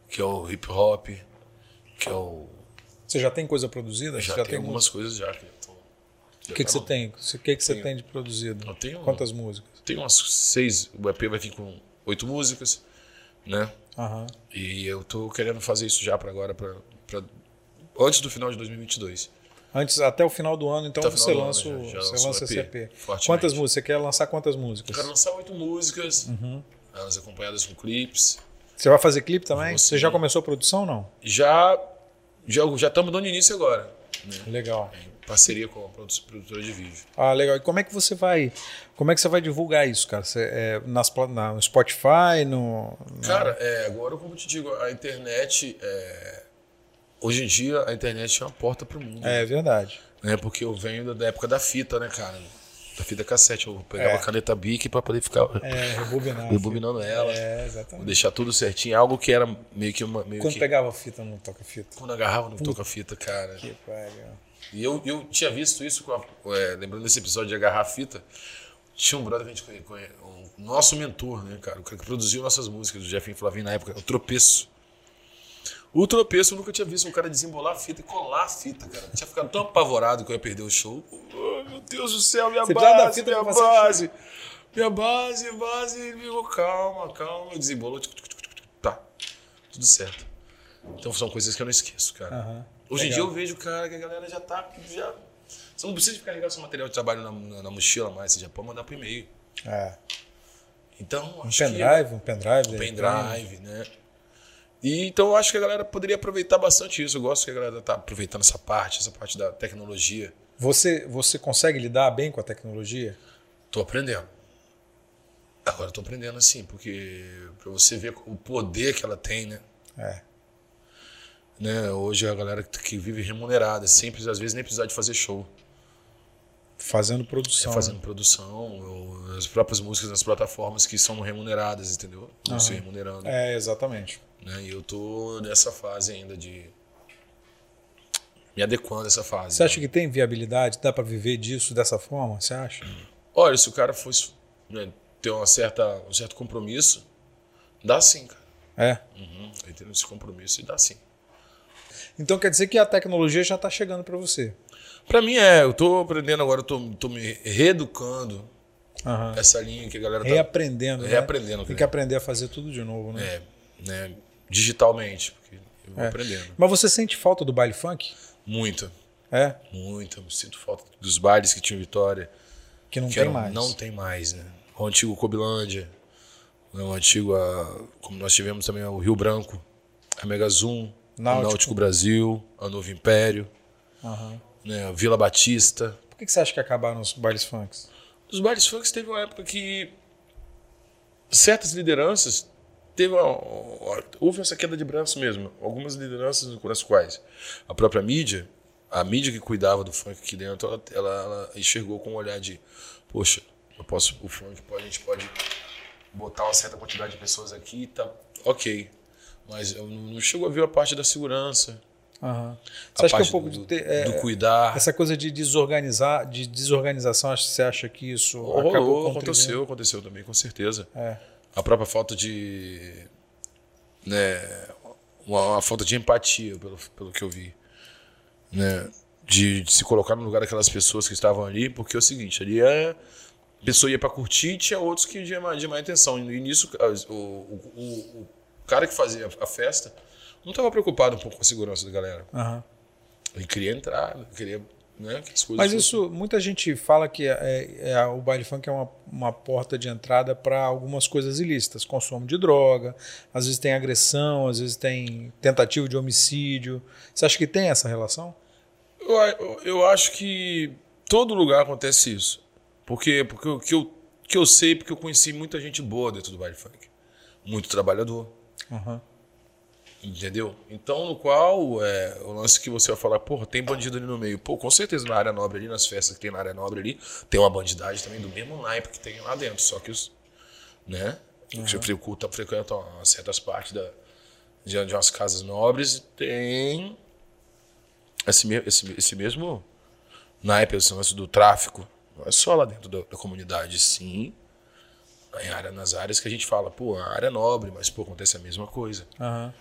Speaker 2: que é o hip hop, que é o.
Speaker 1: Você já tem coisa produzida?
Speaker 2: Já, tem, algumas coisas já que estão.
Speaker 1: O que, que você tem? O que, que você tem de produzido?
Speaker 2: Eu tenho-
Speaker 1: Quantas músicas?
Speaker 2: Tem umas seis. O EP vai vir com oito músicas, né?
Speaker 1: Aham.
Speaker 2: E eu tô querendo fazer isso já para agora, pra, pra- antes do final de 2022.
Speaker 1: Antes, até o final do ano, então
Speaker 2: Até o
Speaker 1: você
Speaker 2: final do
Speaker 1: lança,
Speaker 2: ano,
Speaker 1: o-
Speaker 2: já- já
Speaker 1: você
Speaker 2: lança o
Speaker 1: lança esse
Speaker 2: EP,
Speaker 1: EP.
Speaker 2: fortemente.
Speaker 1: Quantas músicas? Você quer lançar quantas
Speaker 2: Eu quero
Speaker 1: músicas?
Speaker 2: lançar oito músicas,
Speaker 1: Uhum.
Speaker 2: elas acompanhadas com clipes.
Speaker 1: Você vai fazer clipe também?
Speaker 2: Vou
Speaker 1: Você
Speaker 2: sim.
Speaker 1: já começou a produção ou não?
Speaker 2: Já já já estamos dando início agora, né?
Speaker 1: Legal.
Speaker 2: em parceria com a produ- produtora de vídeo.
Speaker 1: Ah, legal. E como é que você vai. Como é que você vai divulgar isso, cara? Você, é, nas, pla- na, no Spotify, no.
Speaker 2: Cara, é, agora como eu te digo, a internet é, hoje em dia a internet é uma porta pro mundo,
Speaker 1: É verdade.
Speaker 2: né? Porque eu venho da, da época da fita, né, cara? Da fita cassete, eu pegava a caneta Bic pra poder ficar
Speaker 1: É, rebobinar.
Speaker 2: rebobinando ela.
Speaker 1: É, exatamente.
Speaker 2: Deixar tudo certinho, algo que era meio que uma. Meio
Speaker 1: Quando
Speaker 2: que,
Speaker 1: pegava fita no toca-fita.
Speaker 2: quando agarrava no toca-fita, cara.
Speaker 1: Que pariu.
Speaker 2: E eu, eu tinha visto isso, com a- é, lembrando desse episódio de agarrar a fita, tinha um brother que a gente conhe- conhe- o nosso mentor, né, cara? O cara que produziu nossas músicas, o Jeffinho Flavinho na época, é o Tropeço. O Tropeço, eu nunca tinha visto um cara desembolar a fita e colar a fita, cara. Eu tinha ficado tão apavorado que eu ia perder o show. Oh, meu Deus do céu, minha
Speaker 1: Você precisava da
Speaker 2: base,
Speaker 1: fita
Speaker 2: minha
Speaker 1: pra passar o
Speaker 2: base. Minha base, base. Ele ficou, calma, calma. Eu Desembolou. tuc, tuc, tuc, tuc, tuc. Tá, tudo certo. Então são coisas que eu não esqueço, cara.
Speaker 1: Aham.
Speaker 2: Hoje em dia
Speaker 1: Legal.
Speaker 2: eu vejo, cara, que a galera já tá. Já... Você não precisa carregar seu material de trabalho na, na- na mochila mais, você já pode mandar por e-mail.
Speaker 1: É.
Speaker 2: Então,
Speaker 1: Um
Speaker 2: acho
Speaker 1: pendrive, um pendrive.
Speaker 2: que.
Speaker 1: de repente.
Speaker 2: Pendrive, né? E, então eu acho que a galera poderia aproveitar bastante isso. Eu gosto que a galera tá aproveitando essa parte, essa parte da tecnologia.
Speaker 1: Você, você consegue lidar bem com a tecnologia?
Speaker 2: Tô aprendendo. Agora eu tô aprendendo assim, porque pra você ver o poder que ela tem, né?
Speaker 1: É.
Speaker 2: né? Hoje a galera que que vive remunerada, sempre, às vezes nem precisar de fazer show.
Speaker 1: Fazendo produção.
Speaker 2: É
Speaker 1: né?
Speaker 2: fazendo produção, ou as próprias músicas nas plataformas que são remuneradas, entendeu? Não se remunerando.
Speaker 1: É, exatamente.
Speaker 2: Né? E eu tô nessa fase ainda de. Me adequando a essa fase.
Speaker 1: Você acha que tem viabilidade? Dá pra viver disso dessa forma? Você acha?
Speaker 2: Olha, se o cara fosse né, ter uma certa, um certo compromisso, dá sim, cara.
Speaker 1: É.
Speaker 2: Uhum. Ele tendo esse compromisso e dá sim.
Speaker 1: Então quer dizer que a tecnologia já tá chegando pra você.
Speaker 2: Pra mim é, eu tô aprendendo agora, eu tô, tô me reeducando
Speaker 1: Aham.
Speaker 2: essa linha que a galera tá.
Speaker 1: Reaprendendo. né?
Speaker 2: Reaprendendo,
Speaker 1: Tem
Speaker 2: né?
Speaker 1: que aprender a fazer tudo de novo, né?
Speaker 2: é, né, digitalmente. Porque eu
Speaker 1: É.
Speaker 2: vou É, aprendendo.
Speaker 1: Mas você sente falta do baile funk?
Speaker 2: Muito.
Speaker 1: É.
Speaker 2: Muita, eu sinto falta dos bares que tinha em Vitória.
Speaker 1: Que não
Speaker 2: que
Speaker 1: tem
Speaker 2: eram-
Speaker 1: mais.
Speaker 2: Não tem mais, né? O antigo Cobilândia, né? o antigo, a- como nós tivemos também, o Rio Branco, a Mega Zoom,
Speaker 1: Náutico.
Speaker 2: o Náutico Brasil, a Novo Império,
Speaker 1: Aham.
Speaker 2: né? a Vila Batista.
Speaker 1: Por que que você acha que acabaram os bailes funks?
Speaker 2: Os bares funk teve uma época que certas lideranças teve uma, houve essa queda de braço mesmo. Algumas lideranças com as quais a própria mídia a mídia que cuidava do funk aqui dentro, ela, ela, ela enxergou com um olhar de, poxa, eu posso, o funk pode, a gente pode botar uma certa quantidade de pessoas aqui e tá ok. Mas eu não, não chegou a ver a parte da segurança,
Speaker 1: Aham.
Speaker 2: a
Speaker 1: Você acha que é
Speaker 2: parte
Speaker 1: um pouco
Speaker 2: do,
Speaker 1: de ter, é,
Speaker 2: do cuidar.
Speaker 1: essa coisa de desorganizar, de desorganização, acho que você acha que isso acabou
Speaker 2: Rolou,
Speaker 1: contribuindo?
Speaker 2: aconteceu, aconteceu também, com certeza.
Speaker 1: É.
Speaker 2: A própria falta de. Né, uma, uma falta de empatia, pelo, pelo que eu vi. Né, de, de se colocar no lugar daquelas pessoas que estavam ali, porque é o seguinte: ali é. A pessoa ia pra curtir e tinha outros que de má, de má intenção. E nisso, as- o, o, o- o cara que fazia a festa não estava preocupado um pouco com a segurança da galera.
Speaker 1: Aham.
Speaker 2: Ele queria entrar, ele queria. Né, que as coisas
Speaker 1: Mas
Speaker 2: fossem-
Speaker 1: isso, muita gente fala que é- é- o baile funk é uma, uma porta de entrada para algumas coisas ilícitas, consumo de droga, às vezes tem agressão, às vezes tem tentativa de homicídio. Você acha que tem essa relação?
Speaker 2: Eu, a- eu- eu acho que todo lugar acontece isso. Porque, porque o que eu, que eu sei, porque eu conheci muita gente boa dentro do baile funk. Muito trabalhador,
Speaker 1: Aham.
Speaker 2: entendeu? Então, no qual é, o lance que você vai falar, porra, tem bandido ali no meio. Pô, com certeza na área nobre ali, nas festas que tem na área nobre ali, tem uma bandidagem também do mesmo naipe que tem lá dentro. Só que os. né? Que frequenta, frequentam tá certas partes da, de, de umas casas nobres, tem esse, me- esse, esse mesmo naipe, esse lance do tráfico, não é só lá dentro da, da comunidade, sim. Em área, nas áreas que a gente fala, pô, a área é nobre, mas pô, acontece a mesma coisa.
Speaker 1: Aham.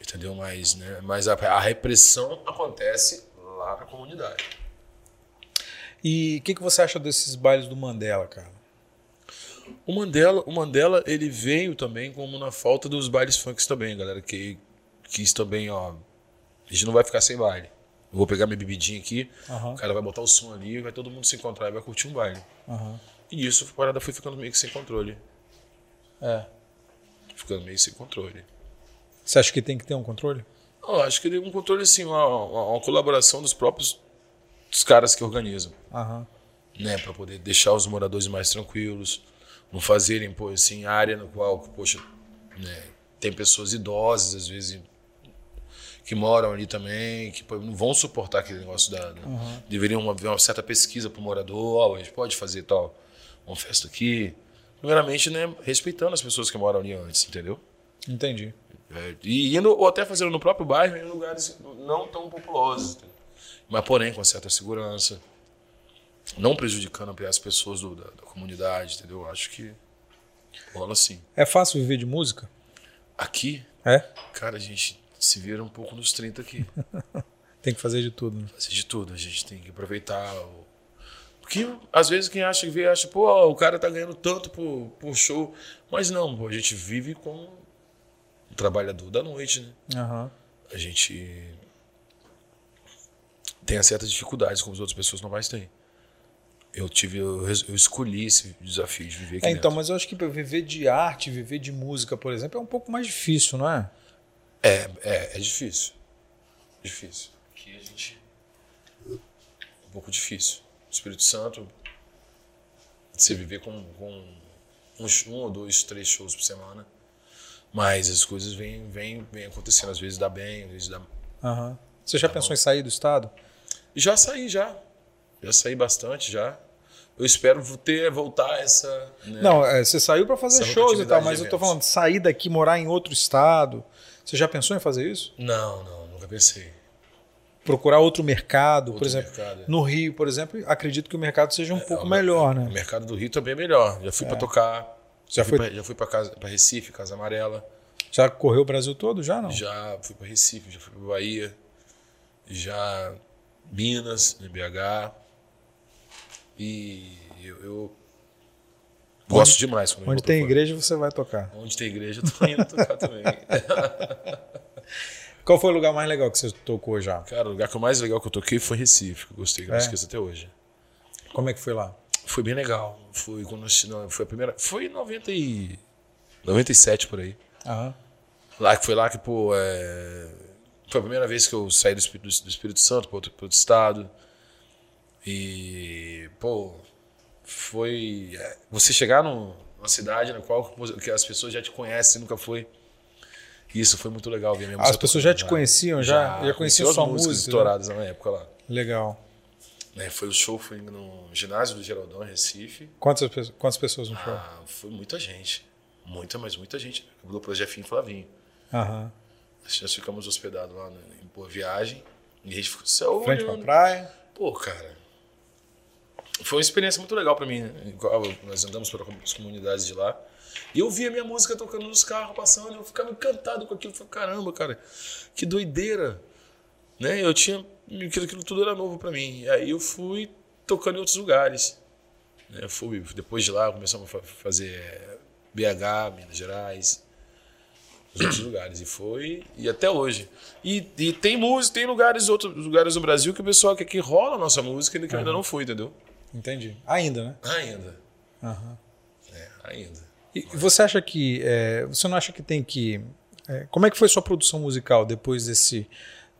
Speaker 2: Entendeu? Mas, né, mas a, a repressão acontece lá na comunidade.
Speaker 1: E o que, que você acha desses bailes do Mandela, cara?
Speaker 2: O Mandela, o Mandela, ele veio também como na falta dos bailes funks também, galera, que quis também, ó, a gente não vai ficar sem baile. Eu vou pegar minha bebidinha aqui,
Speaker 1: Aham.
Speaker 2: o cara vai botar o som ali, vai todo mundo se encontrar e vai curtir um baile.
Speaker 1: Aham.
Speaker 2: E isso a parada foi ficando meio que sem controle.
Speaker 1: É.
Speaker 2: Ficando meio sem controle.
Speaker 1: Você acha que tem que ter um controle?
Speaker 2: Eu acho que ele é um controle assim, uma, uma- uma colaboração dos próprios dos caras que organizam,
Speaker 1: Aham.
Speaker 2: né? Pra poder deixar os moradores mais tranquilos, não fazerem, pô, assim, área no qual, poxa, né, tem pessoas idosas, às vezes, que moram ali também, que pô, não vão suportar aquele negócio da. da- Deveria uma- haver uma certa pesquisa pro morador, ó, a gente pode fazer tal, uma festa aqui. Primeiramente, né, respeitando as pessoas que moram ali antes, entendeu?
Speaker 1: Entendi.
Speaker 2: É, e indo, ou até fazendo no próprio bairro, em lugares não tão populosos. entendeu? Mas, porém, com certa segurança. Não prejudicando as pessoas do- da, da comunidade, entendeu? Acho que rola assim.
Speaker 1: É fácil viver de música?
Speaker 2: Aqui,
Speaker 1: É?
Speaker 2: cara, a gente se vira um pouco nos 30 aqui.
Speaker 1: Tem que fazer de tudo. Né?
Speaker 2: Fazer de tudo, a gente tem que aproveitar. O... Porque, às vezes, quem acha que vê, acha, pô, o cara tá ganhando tanto por, por show. Mas não, pô, a gente vive como um trabalhador da noite, né?
Speaker 1: Aham.
Speaker 2: a gente tem certas dificuldades como as outras pessoas normais têm. Eu tive, eu, res- eu escolhi esse desafio de viver aqui
Speaker 1: É, então,
Speaker 2: dentro.
Speaker 1: mas eu acho que para viver de arte, viver de música, por exemplo, é um pouco mais difícil, não é?
Speaker 2: É, é, é difícil. Difícil. Aqui a gente... Um pouco difícil. Espírito Santo, você viver com, com um, sh- um ou dois, três shows por semana. Mas as coisas vêm, vêm, vêm acontecendo. Às vezes dá bem, às vezes dá,
Speaker 1: Aham. Tá Você já pensou em sair do estado?
Speaker 2: Já saí, já. Já saí bastante, já. Eu espero ter, voltar essa... né?
Speaker 1: Não, é, você saiu para fazer
Speaker 2: Essa
Speaker 1: shows e tal,
Speaker 2: rotatividade
Speaker 1: mas
Speaker 2: de
Speaker 1: eu tô
Speaker 2: eventos.
Speaker 1: falando de sair daqui, morar em outro estado. Você já pensou em fazer isso?
Speaker 2: Não, não, nunca pensei.
Speaker 1: Procurar outro mercado, por
Speaker 2: Outro
Speaker 1: exemplo.
Speaker 2: mercado, é.
Speaker 1: No Rio, por exemplo, acredito que o mercado seja um pouco
Speaker 2: o-
Speaker 1: melhor,
Speaker 2: O
Speaker 1: né?
Speaker 2: mercado do Rio também é melhor. Já fui pra tocar.
Speaker 1: Já
Speaker 2: Já fui,
Speaker 1: foi-
Speaker 2: pra, já fui pra, casa, pra Recife, Casa Amarela.
Speaker 1: Já correu o Brasil todo? Já não?
Speaker 2: Já fui pra Recife, já fui pra Bahia. Já Minas, em BH. E eu, eu gosto demais. Quando eu
Speaker 1: Onde
Speaker 2: vou pra
Speaker 1: tem
Speaker 2: fora.
Speaker 1: igreja, você vai tocar.
Speaker 2: Onde tem igreja, eu tô indo tocar também.
Speaker 1: Qual foi o lugar mais legal que você tocou já?
Speaker 2: Cara, o lugar que eu mais legal que eu toquei foi Recife, que eu gostei, que eu
Speaker 1: É.
Speaker 2: não esqueço até hoje.
Speaker 1: Como é que foi lá?
Speaker 2: Foi bem legal. Foi quando nós- não, foi a primeira. Foi em 90 e 97 por aí.
Speaker 1: Aham.
Speaker 2: Lá que foi lá que, pô, é, foi a primeira vez que eu saí do Espírito, do Espírito Santo para outro, pra outro estado. E, pô, foi. é, Você chegar num- numa cidade na qual que as pessoas já te conhecem, nunca foi. Isso foi muito legal ver minha
Speaker 1: As
Speaker 2: música
Speaker 1: pessoas já
Speaker 2: tocando
Speaker 1: te
Speaker 2: lá.
Speaker 1: conheciam, já, já,
Speaker 2: conheci
Speaker 1: conheciam
Speaker 2: Ah, as
Speaker 1: sua
Speaker 2: músicas
Speaker 1: música. né?
Speaker 2: estouradas na época lá.
Speaker 1: Legal.
Speaker 2: Né, foi o show, foi no ginásio do Geraldão, em Recife.
Speaker 1: Quantas, pe- quantas pessoas no show?
Speaker 2: Ah, foi muita gente. Muita, mas muita gente. Do Projefinho e é Flavinho.
Speaker 1: Aham.
Speaker 2: Nós ficamos hospedados lá né, em Boa Viagem. E a gente ficou só
Speaker 1: Frente pra
Speaker 2: olhando.
Speaker 1: praia.
Speaker 2: Pô, cara. Foi uma experiência muito legal pra mim. né? Igual Nós andamos pelas comunidades de lá. E eu via minha música tocando nos carros, passando. Eu ficava encantado com aquilo. Eu Falei, caramba, cara, que doideira. Né? Eu tinha. Aquilo, aquilo tudo era novo pra mim. E aí eu fui tocando em outros lugares. né? Eu fui, depois de lá, começamos a fa- fazer eh, BH, Minas Gerais, os outros lugares. E foi, e até hoje. E, e tem música, tem lugares, outros lugares do Brasil que o pessoal que aqui rola a nossa música e que eu ainda não fui, entendeu?
Speaker 1: Entendi. Ainda, né?
Speaker 2: Ainda.
Speaker 1: Aham.
Speaker 2: É, ainda.
Speaker 1: E e você acha que. é, você não acha que tem que. é, como é que foi sua produção musical depois desse,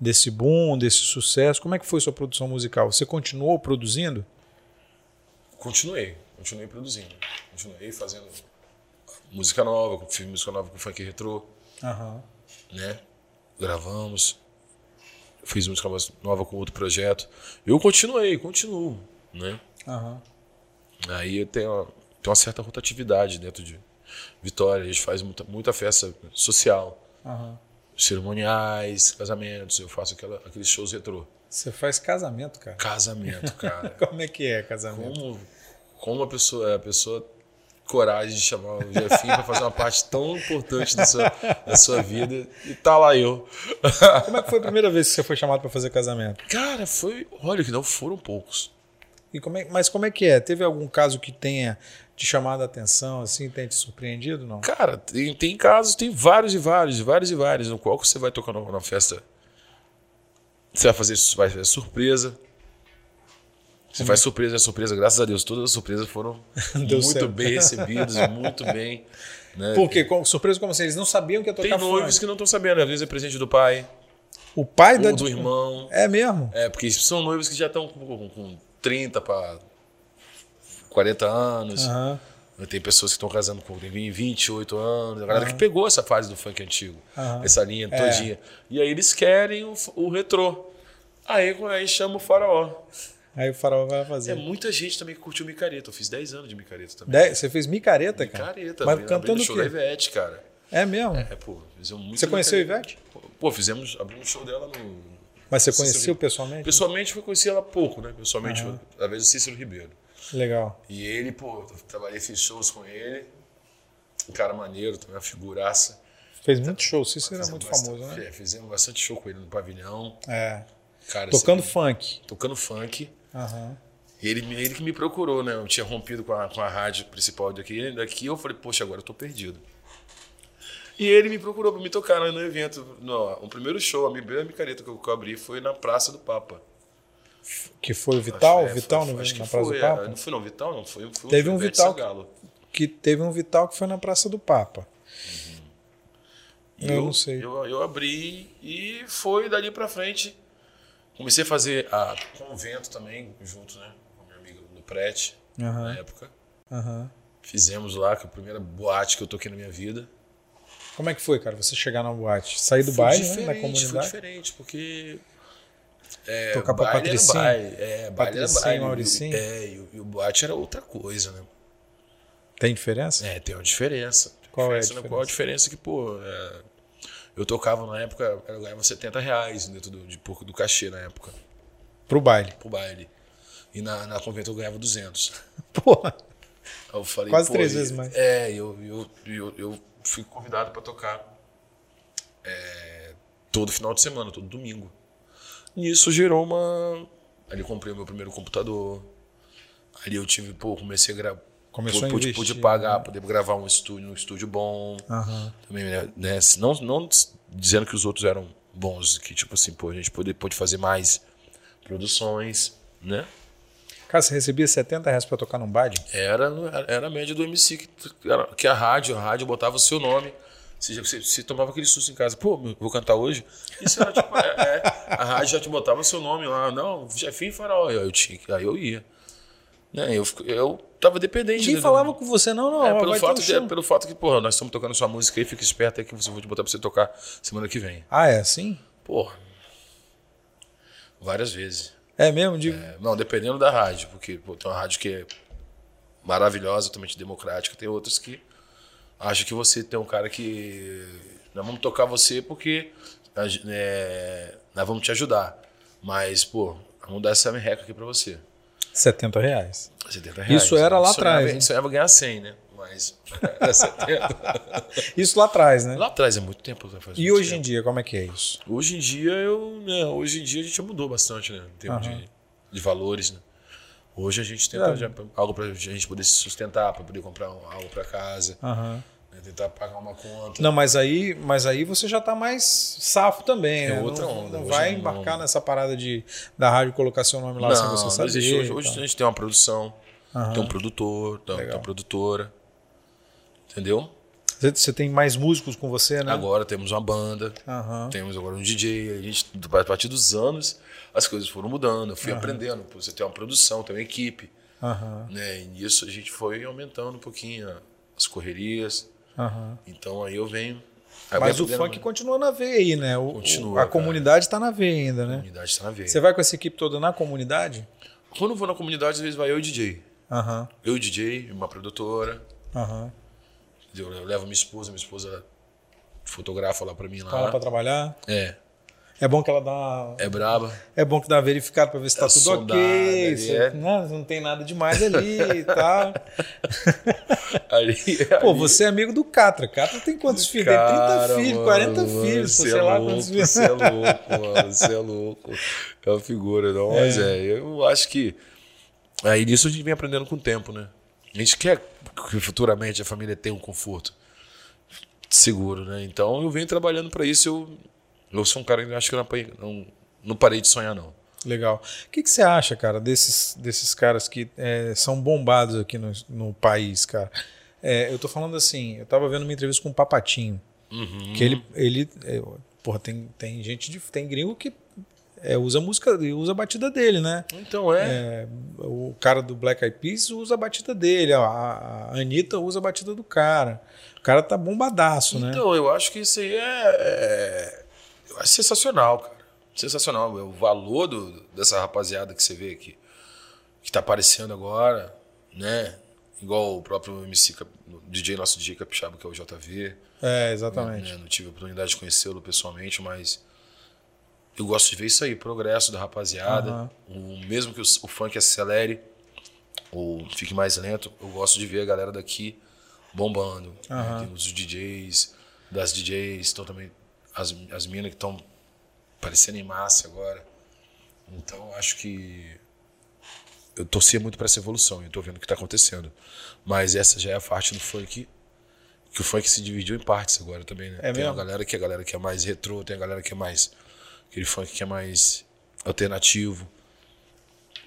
Speaker 1: desse boom, desse sucesso? Como é que foi sua produção musical? Você continuou produzindo?
Speaker 2: Continuei, continuei produzindo. Continuei fazendo música nova, fiz música nova com funk retrô.
Speaker 1: Aham.
Speaker 2: né? Gravamos, fiz música nova com outro projeto. Eu continuei, continuo, né?
Speaker 1: Aham.
Speaker 2: Aí eu tenho uma, tenho uma certa rotatividade dentro de Vitória. A gente faz muita, muita festa social,
Speaker 1: Aham.
Speaker 2: cerimoniais, casamentos. Eu faço aquela, aqueles shows retrô.
Speaker 1: Você faz casamento, cara.
Speaker 2: Casamento, cara.
Speaker 1: Como é que é casamento?
Speaker 2: como, como a pessoa, a pessoa coragem de chamar o Jefinho pra fazer uma parte tão importante da sua, da sua vida e tá lá eu.
Speaker 1: Como é que foi a primeira vez que você foi chamado para fazer casamento?
Speaker 2: Cara, foi. Olha, que não foram poucos.
Speaker 1: E como é- mas como é que é? Teve algum caso que tenha te chamado a atenção, assim, tenha te surpreendido? Não.
Speaker 2: Cara, tem, tem casos, tem vários e vários, e vários e vários, no qual que você vai tocar numa, numa festa. Você vai fazer, vai fazer surpresa. Você faz surpresa, é surpresa, graças a Deus. Todas as surpresas foram
Speaker 1: Deu
Speaker 2: muito
Speaker 1: certo.
Speaker 2: bem recebidas, muito bem. Né?
Speaker 1: Porque, com, surpreso como assim, eles não sabiam que ia tocar
Speaker 2: tem noivos
Speaker 1: funk.
Speaker 2: que não estão sabendo, às vezes é presente do pai,
Speaker 1: O pai da...
Speaker 2: ou do irmão.
Speaker 1: É mesmo?
Speaker 2: É, porque são noivos que já estão com, com, com 30 para 40 anos.
Speaker 1: Aham.
Speaker 2: Tem pessoas que estão casando com tem 20, 28 anos, a galera que pegou essa fase do funk antigo,
Speaker 1: Aham. É.
Speaker 2: essa linha todinha. E aí eles querem o, o retrô. Aí, aí chama o faraó.
Speaker 1: Aí o farol vai
Speaker 2: É
Speaker 1: fazer.
Speaker 2: muita gente também que curtiu micareta. Eu fiz 10 anos de micareta também.
Speaker 1: Dez- você fez micareta, cara?
Speaker 2: Micareta,
Speaker 1: Mas
Speaker 2: abrindo-
Speaker 1: cantando
Speaker 2: abrindo
Speaker 1: o
Speaker 2: show da
Speaker 1: quê?
Speaker 2: Ivete, cara.
Speaker 1: É mesmo?
Speaker 2: É, pô, fizemos muito
Speaker 1: Você conheceu a
Speaker 2: micareta.
Speaker 1: Ivete?
Speaker 2: Pô, fizemos, abrimos um show dela no.
Speaker 1: Mas você
Speaker 2: Sim, sim.
Speaker 1: conheceu pessoalmente?
Speaker 2: Pessoalmente, eu conheci ela pouco, né? Pessoalmente, talvez o Cícero Ribeiro.
Speaker 1: Legal.
Speaker 2: E ele, pô, eu trabalhei, fiz shows com ele. Um cara maneiro, também uma figuraça.
Speaker 1: Fez muito show. Cícero era muito
Speaker 2: Bastante-
Speaker 1: famoso, né?
Speaker 2: é, fizemos bastante show com ele no pavilhão.
Speaker 1: É.
Speaker 2: Cara,
Speaker 1: Tocando
Speaker 2: assim,
Speaker 1: funk.
Speaker 2: tocando funk.
Speaker 1: Aham.
Speaker 2: E ele, me- ele que me procurou, né? Eu tinha rompido com a, com a rádio principal daqui. Daqui eu falei, poxa, agora eu tô perdido. E ele me procurou pra me tocar né, no evento. No, o primeiro show, a primeira micareta que eu, que eu abri foi na Praça do Papa.
Speaker 1: Que foi o Vital?
Speaker 2: Acho- é,
Speaker 1: Vital
Speaker 2: foi-
Speaker 1: no,
Speaker 2: acho que
Speaker 1: na Praça
Speaker 2: foi,
Speaker 1: do
Speaker 2: é,
Speaker 1: Papa?
Speaker 2: Não foi não, Vital não. Foi, foi
Speaker 1: Teve
Speaker 2: foi
Speaker 1: um
Speaker 2: Ivete
Speaker 1: Vital.
Speaker 2: Sangalo.
Speaker 1: Que teve um Vital que foi na Praça do Papa.
Speaker 2: E
Speaker 1: Eu não sei.
Speaker 2: Uhum. Eu, eu abri e foi dali pra frente. Comecei a fazer ah, a convento também, junto, né? Com a minha amiga do Prete,
Speaker 1: Aham.
Speaker 2: na época.
Speaker 1: Aham.
Speaker 2: Fizemos lá, que é a primeira boate que eu toquei na minha vida.
Speaker 1: Como é que foi, cara? Você chegar na boate, sair do
Speaker 2: Foi
Speaker 1: baile, né,
Speaker 2: diferente,
Speaker 1: da
Speaker 2: foi
Speaker 1: comunidade,
Speaker 2: diferente, porque. É,
Speaker 1: Tocar pra
Speaker 2: baile era
Speaker 1: Patricinha?
Speaker 2: baile, É, baile era
Speaker 1: Patricinha,
Speaker 2: baile. e o-
Speaker 1: Mauricinha?
Speaker 2: É, e o, e o boate era outra coisa, né?
Speaker 1: tem diferença?
Speaker 2: É, tem uma diferença. Tem
Speaker 1: Qual é a
Speaker 2: né? Qual a diferença que, pô, é, eu tocava na época, eu ganhava 70 reais dentro do, de, por- do cachê na época,
Speaker 1: Pro baile.
Speaker 2: pro baile. E na, na convento eu ganhava 200.
Speaker 1: Porra.
Speaker 2: Aí eu falei,
Speaker 1: Quase
Speaker 2: pô,
Speaker 1: três
Speaker 2: e-
Speaker 1: vezes mais.
Speaker 2: É, e eu, eu, eu, eu fui convidado pra tocar é, todo final de semana, todo domingo. E isso gerou uma. Ali eu comprei o meu primeiro computador. Ali eu tive, pô, comecei a gravar.
Speaker 1: Começou a
Speaker 2: pude,
Speaker 1: investir, né? Ah.
Speaker 2: pude pagar, poder gravar um estúdio, um estúdio bom.
Speaker 1: Aham.
Speaker 2: Também, né, né? se- Não, não s- dizendo que os outros eram bons, que tipo assim, pô, a gente pôde, pôde fazer mais produções, né?
Speaker 1: Cara, você recebia 70 reais pra tocar num baile?
Speaker 2: Era, era a média do MC, que, que a rádio, a rádio botava o seu nome. Você, já- você, você tomava aquele susto em casa, pô, meu, vou cantar hoje? Isso era tipo, é, é, a rádio já te botava o seu nome lá, não, Jefinho Faraó, aí eu, tinha, que- aí eu ia. Né, eu, fico- eu tava dependente.
Speaker 1: Ninguém
Speaker 2: né,
Speaker 1: falava com você, não, não.
Speaker 2: É,
Speaker 1: ó,
Speaker 2: pelo
Speaker 1: vai ter um
Speaker 2: fato, de,
Speaker 1: show.
Speaker 2: pelo fato que, porra, nós estamos tocando sua música aí, fica esperto aí que você vou te botar pra você tocar semana que vem.
Speaker 1: Ah, é assim?
Speaker 2: Porra. Várias vezes.
Speaker 1: É mesmo? De...
Speaker 2: É, não, dependendo da rádio, porque pô, tem uma rádio que é maravilhosa, totalmente democrática, tem outras que acham que você tem um cara que. Nós vamos tocar você porque a gen- é, nós vamos te ajudar. Mas, pô, vamos dar essa merreca aqui pra você.
Speaker 1: 70 reais.
Speaker 2: 70 reais.
Speaker 1: Isso era
Speaker 2: né?
Speaker 1: lá
Speaker 2: Sonhava-
Speaker 1: atrás,
Speaker 2: A
Speaker 1: hein?
Speaker 2: gente sonhava ganhar 100, né? Mas era 70.
Speaker 1: Isso lá atrás, né?
Speaker 2: Lá atrás é muito tempo. né? Faz
Speaker 1: E
Speaker 2: muito
Speaker 1: hoje em
Speaker 2: tempo.
Speaker 1: dia, como é que é isso?
Speaker 2: Hoje em dia eu. né, hoje em dia a gente já mudou bastante, né? Em termos
Speaker 1: Aham.
Speaker 2: de, de valores, né? Hoje a gente
Speaker 1: É.
Speaker 2: tenta já- algo pra gente poder se sustentar, pra poder comprar um- algo pra casa,
Speaker 1: Ah.
Speaker 2: né? tentar pagar uma conta.
Speaker 1: Não, mas aí, mas aí você já tá mais safo também,
Speaker 2: É
Speaker 1: né?
Speaker 2: outra
Speaker 1: não,
Speaker 2: onda,
Speaker 1: não
Speaker 2: hoje
Speaker 1: vai
Speaker 2: não.
Speaker 1: embarcar nessa parada de da rádio colocar seu nome lá sem você saber. tá.
Speaker 2: existe. Hoje,
Speaker 1: e
Speaker 2: hoje
Speaker 1: tal.
Speaker 2: a gente tem uma produção,
Speaker 1: Aham.
Speaker 2: tem um produtor, tem tem
Speaker 1: Legal.
Speaker 2: uma produtora. Entendeu?
Speaker 1: Você- Você tem mais músicos com você, né?
Speaker 2: Agora temos uma banda.
Speaker 1: Aham.
Speaker 2: Temos agora um DJ, a gente, a partir dos anos, as coisas foram mudando, eu fui aprendendo. pô, Você tem uma produção, tem uma equipe,
Speaker 1: Aham.
Speaker 2: né? E nisso a gente foi aumentando um pouquinho as correrias.
Speaker 1: Aham.
Speaker 2: Então aí eu venho. aí eu
Speaker 1: Mas
Speaker 2: venho
Speaker 1: o
Speaker 2: aprendendo,
Speaker 1: funk
Speaker 2: né?
Speaker 1: continua na veia aí, né? O- o-
Speaker 2: Continua,
Speaker 1: a
Speaker 2: cara.
Speaker 1: comunidade tá na veia ainda,
Speaker 2: A
Speaker 1: né?
Speaker 2: comunidade está na veia.
Speaker 1: Você vai com essa equipe toda na comunidade?
Speaker 2: Quando eu vou na comunidade, às vezes vai eu e o DJ.
Speaker 1: Aham.
Speaker 2: Eu e o DJ, uma produtora.
Speaker 1: Aham.
Speaker 2: entendeu? Eu levo minha esposa, minha esposa fotografa lá pra mim
Speaker 1: Tá lá pra
Speaker 2: lá.
Speaker 1: trabalhar.
Speaker 2: É,
Speaker 1: É bom que ela dá uma...
Speaker 2: é braba.
Speaker 1: É bom que dá uma verificada pra ver se tá
Speaker 2: É
Speaker 1: tudo
Speaker 2: sondada
Speaker 1: ok.
Speaker 2: ali,
Speaker 1: se-
Speaker 2: é.
Speaker 1: né, Não tem nada demais ali e tal.
Speaker 2: Ali,
Speaker 1: Pô,
Speaker 2: ali-
Speaker 1: você é amigo do Catra. Catra tem quantos filhos? tem 30
Speaker 2: Cara,
Speaker 1: filhos,
Speaker 2: mano,
Speaker 1: 40
Speaker 2: mano,
Speaker 1: filhos,
Speaker 2: você
Speaker 1: sei
Speaker 2: é
Speaker 1: lá
Speaker 2: louco,
Speaker 1: quantos filhos.
Speaker 2: Você é louco, mano, você é louco. É uma figura, não, mas é, eu acho que. Aí nisso a gente vem aprendendo com o tempo, né? A gente quer que futuramente a família tenha um conforto seguro, né? Então eu venho trabalhando pra isso. Eu, eu sou um cara que eu acho que eu não, apanhei- não, não parei de sonhar, não.
Speaker 1: Legal. O que, que você acha, cara, desses, desses caras que é, são bombados aqui no, no país, cara? É, eu tô falando assim, eu tava vendo uma entrevista com o Papatinho,
Speaker 2: Uhum.
Speaker 1: que
Speaker 2: Hum.
Speaker 1: ele, ele é, porra, tem, tem gente, de, tem gringo que é, usa música, usa a batida dele, né?
Speaker 2: Então é.
Speaker 1: É, o cara do Black Eyed Peas usa a batida dele, a, a Anitta usa a batida do cara. O cara tá bombadaço, né?
Speaker 2: então, eu acho que isso aí é, é- Eu acho sensacional, cara. Sensacional. É O valor do- dessa rapaziada que você vê aqui. que tá aparecendo agora, né? Igual o próprio MC, Cap- DJ, nosso DJ Capixaba, que é o JV.
Speaker 1: É, exatamente.
Speaker 2: né? Não tive a oportunidade de conhecê-lo pessoalmente, mas eu gosto de ver isso aí, progresso da rapaziada. O, mesmo que o, o funk acelere ou fique mais lento, eu gosto de ver a galera daqui bombando. né?
Speaker 1: Aham.
Speaker 2: Tem os DJs, das DJs, estão também as, as minas que estão parecendo em massa agora. Então acho que eu torcia muito pra essa evolução, eu tô vendo o que tá acontecendo. Mas essa já é a parte do funk que o funk se dividiu em partes agora também, né?
Speaker 1: É
Speaker 2: tem
Speaker 1: mesmo?
Speaker 2: a galera que a galera que é mais retrô, tem a galera que é mais aquele funk que é mais alternativo.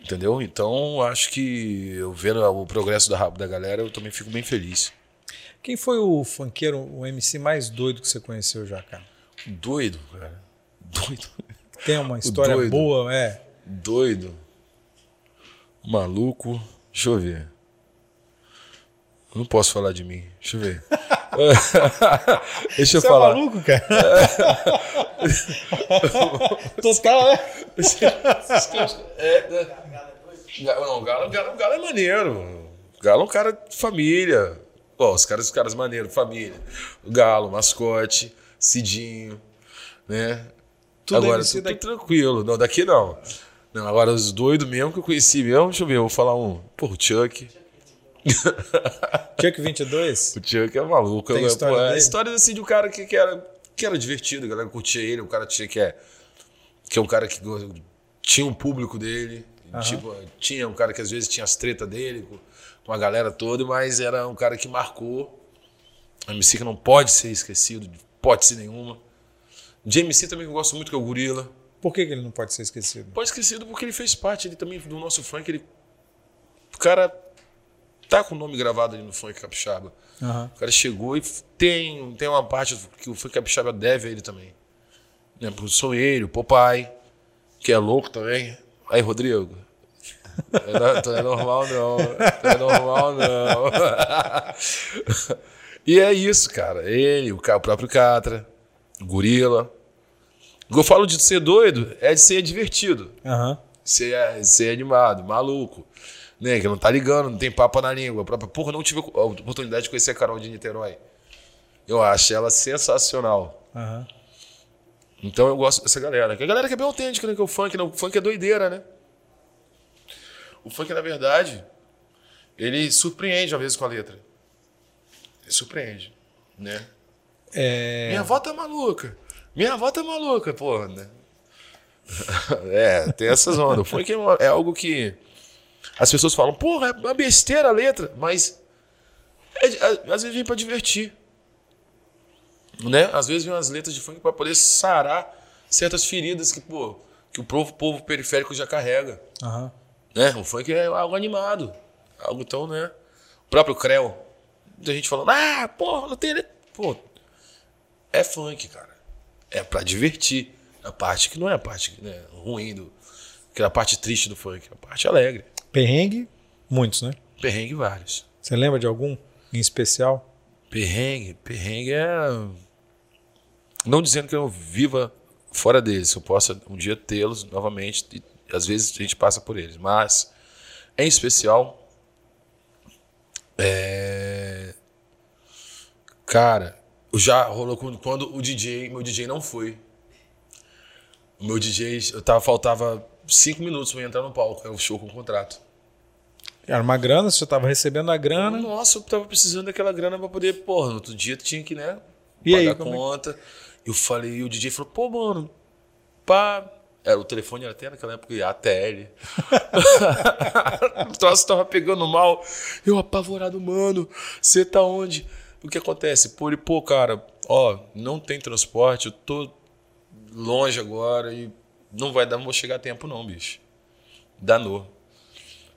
Speaker 2: Entendeu? Então, acho que eu vendo o progresso da, ra- da galera, eu também fico bem feliz.
Speaker 1: Quem foi o funkeiro, o MC mais doido que você conheceu já, cara?
Speaker 2: Doido, cara. Doido.
Speaker 1: Tem uma história
Speaker 2: doido.
Speaker 1: boa, é.
Speaker 2: Doido. Maluco. Deixa eu ver. Eu não posso falar de mim. Deixa eu ver. Deixa eu
Speaker 1: Você
Speaker 2: falar.
Speaker 1: é maluco, cara? Total, né?
Speaker 2: Galo, É, né? não, Galo, Galo, Galo é maneiro. Galo é um cara de família. Ó, os caras, os caras maneiro, família. O Galo, mascote, Cidinho, né?
Speaker 1: Tudo
Speaker 2: agora,
Speaker 1: MC
Speaker 2: tudo
Speaker 1: daqui.
Speaker 2: tranquilo. Não, daqui não. Não, agora os doidos mesmo que eu conheci mesmo, deixa eu ver, eu vou falar um. Pô, o Chuck.
Speaker 1: Chuck 22?
Speaker 2: O Chuck é maluco.
Speaker 1: Tem
Speaker 2: é,
Speaker 1: história
Speaker 2: pô, é
Speaker 1: dele?
Speaker 2: história assim de um cara que, que era, que era divertido, a galera curtia ele, um cara tinha que é. Que é um cara que go- tinha um público dele. Tipo, tinha um cara que às vezes tinha as tretas dele com, com a galera toda, mas era um cara que marcou. A MC que não pode ser esquecido, de hipótese nenhuma. De MC também que eu gosto muito, que é o Gorila.
Speaker 1: Por que, que ele não pode ser esquecido?
Speaker 2: Pode esquecido porque ele fez parte ele também do nosso funk. Ele... O cara tá com o nome gravado ali no funk capixaba.
Speaker 1: Aham.
Speaker 2: O cara chegou e f- tem, tem uma parte que o Funk Capixaba deve a ele também. Né? Pro Sonheiro, Popeye, que é louco também. Aí, Rodrigo, Não, tu não é normal, não. Tu não é normal, não. e é isso, cara. Ele, o, ca- o próprio Catra, o Gorila. Eu falo de ser doido, é de ser divertido.
Speaker 1: Aham.
Speaker 2: Ser, ser é, animado, maluco. Né? Que não tá ligando, não tem papo na língua. A própria- Porra, não tive a oportunidade de conhecer a Carol de Niterói. Eu acho ela sensacional.
Speaker 1: aham.
Speaker 2: Então eu gosto dessa galera. Que é a galera que é bem autêntica, né? Que é o funk, né? O funk é doideira, né? O funk, na verdade, ele surpreende às vezes com a letra. Ele surpreende, né?
Speaker 1: É,
Speaker 2: Minha avó tá maluca. Minha avó tá maluca, porra, né? é, tem essas ondas. O funk é uma- é algo que as pessoas falam, porra, é uma besteira a letra, mas é de- a- às vezes vem pra divertir. Né? Às vezes vem umas letras de funk pra poder sarar certas feridas que, pô, que o povo, povo periférico já carrega.
Speaker 1: aham.
Speaker 2: Né? O funk é algo animado. Algo tão, né? O próprio Creu. Muita gente falando, ah, porra, não tem. le-". Pô, é funk, cara. É pra divertir. A parte que não é a parte né, ruim do. Aquela parte triste do funk, a parte alegre.
Speaker 1: Perrengue, muitos, né?
Speaker 2: Perrengue vários.
Speaker 1: Você lembra de algum em especial?
Speaker 2: Perrengue, perrengue é. Não dizendo que eu viva fora deles, que eu possa um dia tê-los novamente, e às vezes a gente passa por eles, mas em especial. é, Cara, já rolou quando, quando o DJ, meu DJ não foi. O meu DJ, eu tava, faltava cinco minutos pra eu entrar no palco, é o show com o contrato.
Speaker 1: Era uma grana, você estava recebendo a grana.
Speaker 2: Nossa, eu tava precisando daquela grana pra poder. Porra, no outro dia tinha que, né?
Speaker 1: E
Speaker 2: pagar
Speaker 1: aí,
Speaker 2: a
Speaker 1: como é que-
Speaker 2: conta. Eu falei, e o DJ falou, pô, mano, pá. Era, o telefone era até naquela época, ATL. o troço tava pegando mal. Eu apavorado, mano, você tá onde? O que acontece? Pô, ele, pô, cara, ó, não tem transporte, eu tô longe agora e não vai dar, não vou chegar a tempo, não, bicho. Danou.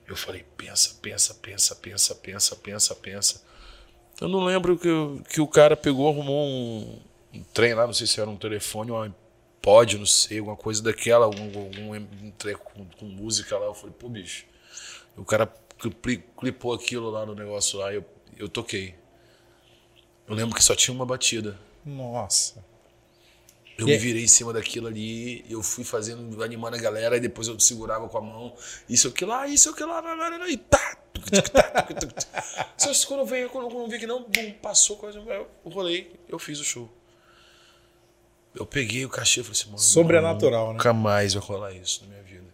Speaker 2: Eu falei, pensa, pensa, pensa, pensa, pensa, pensa, pensa. Eu não lembro que, eu- que o cara pegou, arrumou um, um trem lá, não sei se era um telefone, um iPod, não sei, alguma coisa daquela, algum, algum em- um trem com, com música lá. Eu falei, pô, bicho. O cara cli- clipou aquilo lá no negócio lá e eu, eu toquei. Eu lembro que só tinha uma batida.
Speaker 1: Nossa.
Speaker 2: Eu
Speaker 1: E é
Speaker 2: me
Speaker 1: aí?
Speaker 2: virei em cima daquilo ali, eu fui fazendo, animando a galera, e depois eu segurava com a mão, isso aqui lá, isso aqui lá, lá, lá, lá, lá, e tá. tuc, tuc, tá, tuc, tuc, tuc. Só que quando eu veio, quando eu vi que não, bum, passou, quase, eu rolei, eu fiz o show. Eu peguei o cachê e falei assim, mano.
Speaker 1: Sobrenatural, né?
Speaker 2: Nunca mais vai rolar isso na minha vida.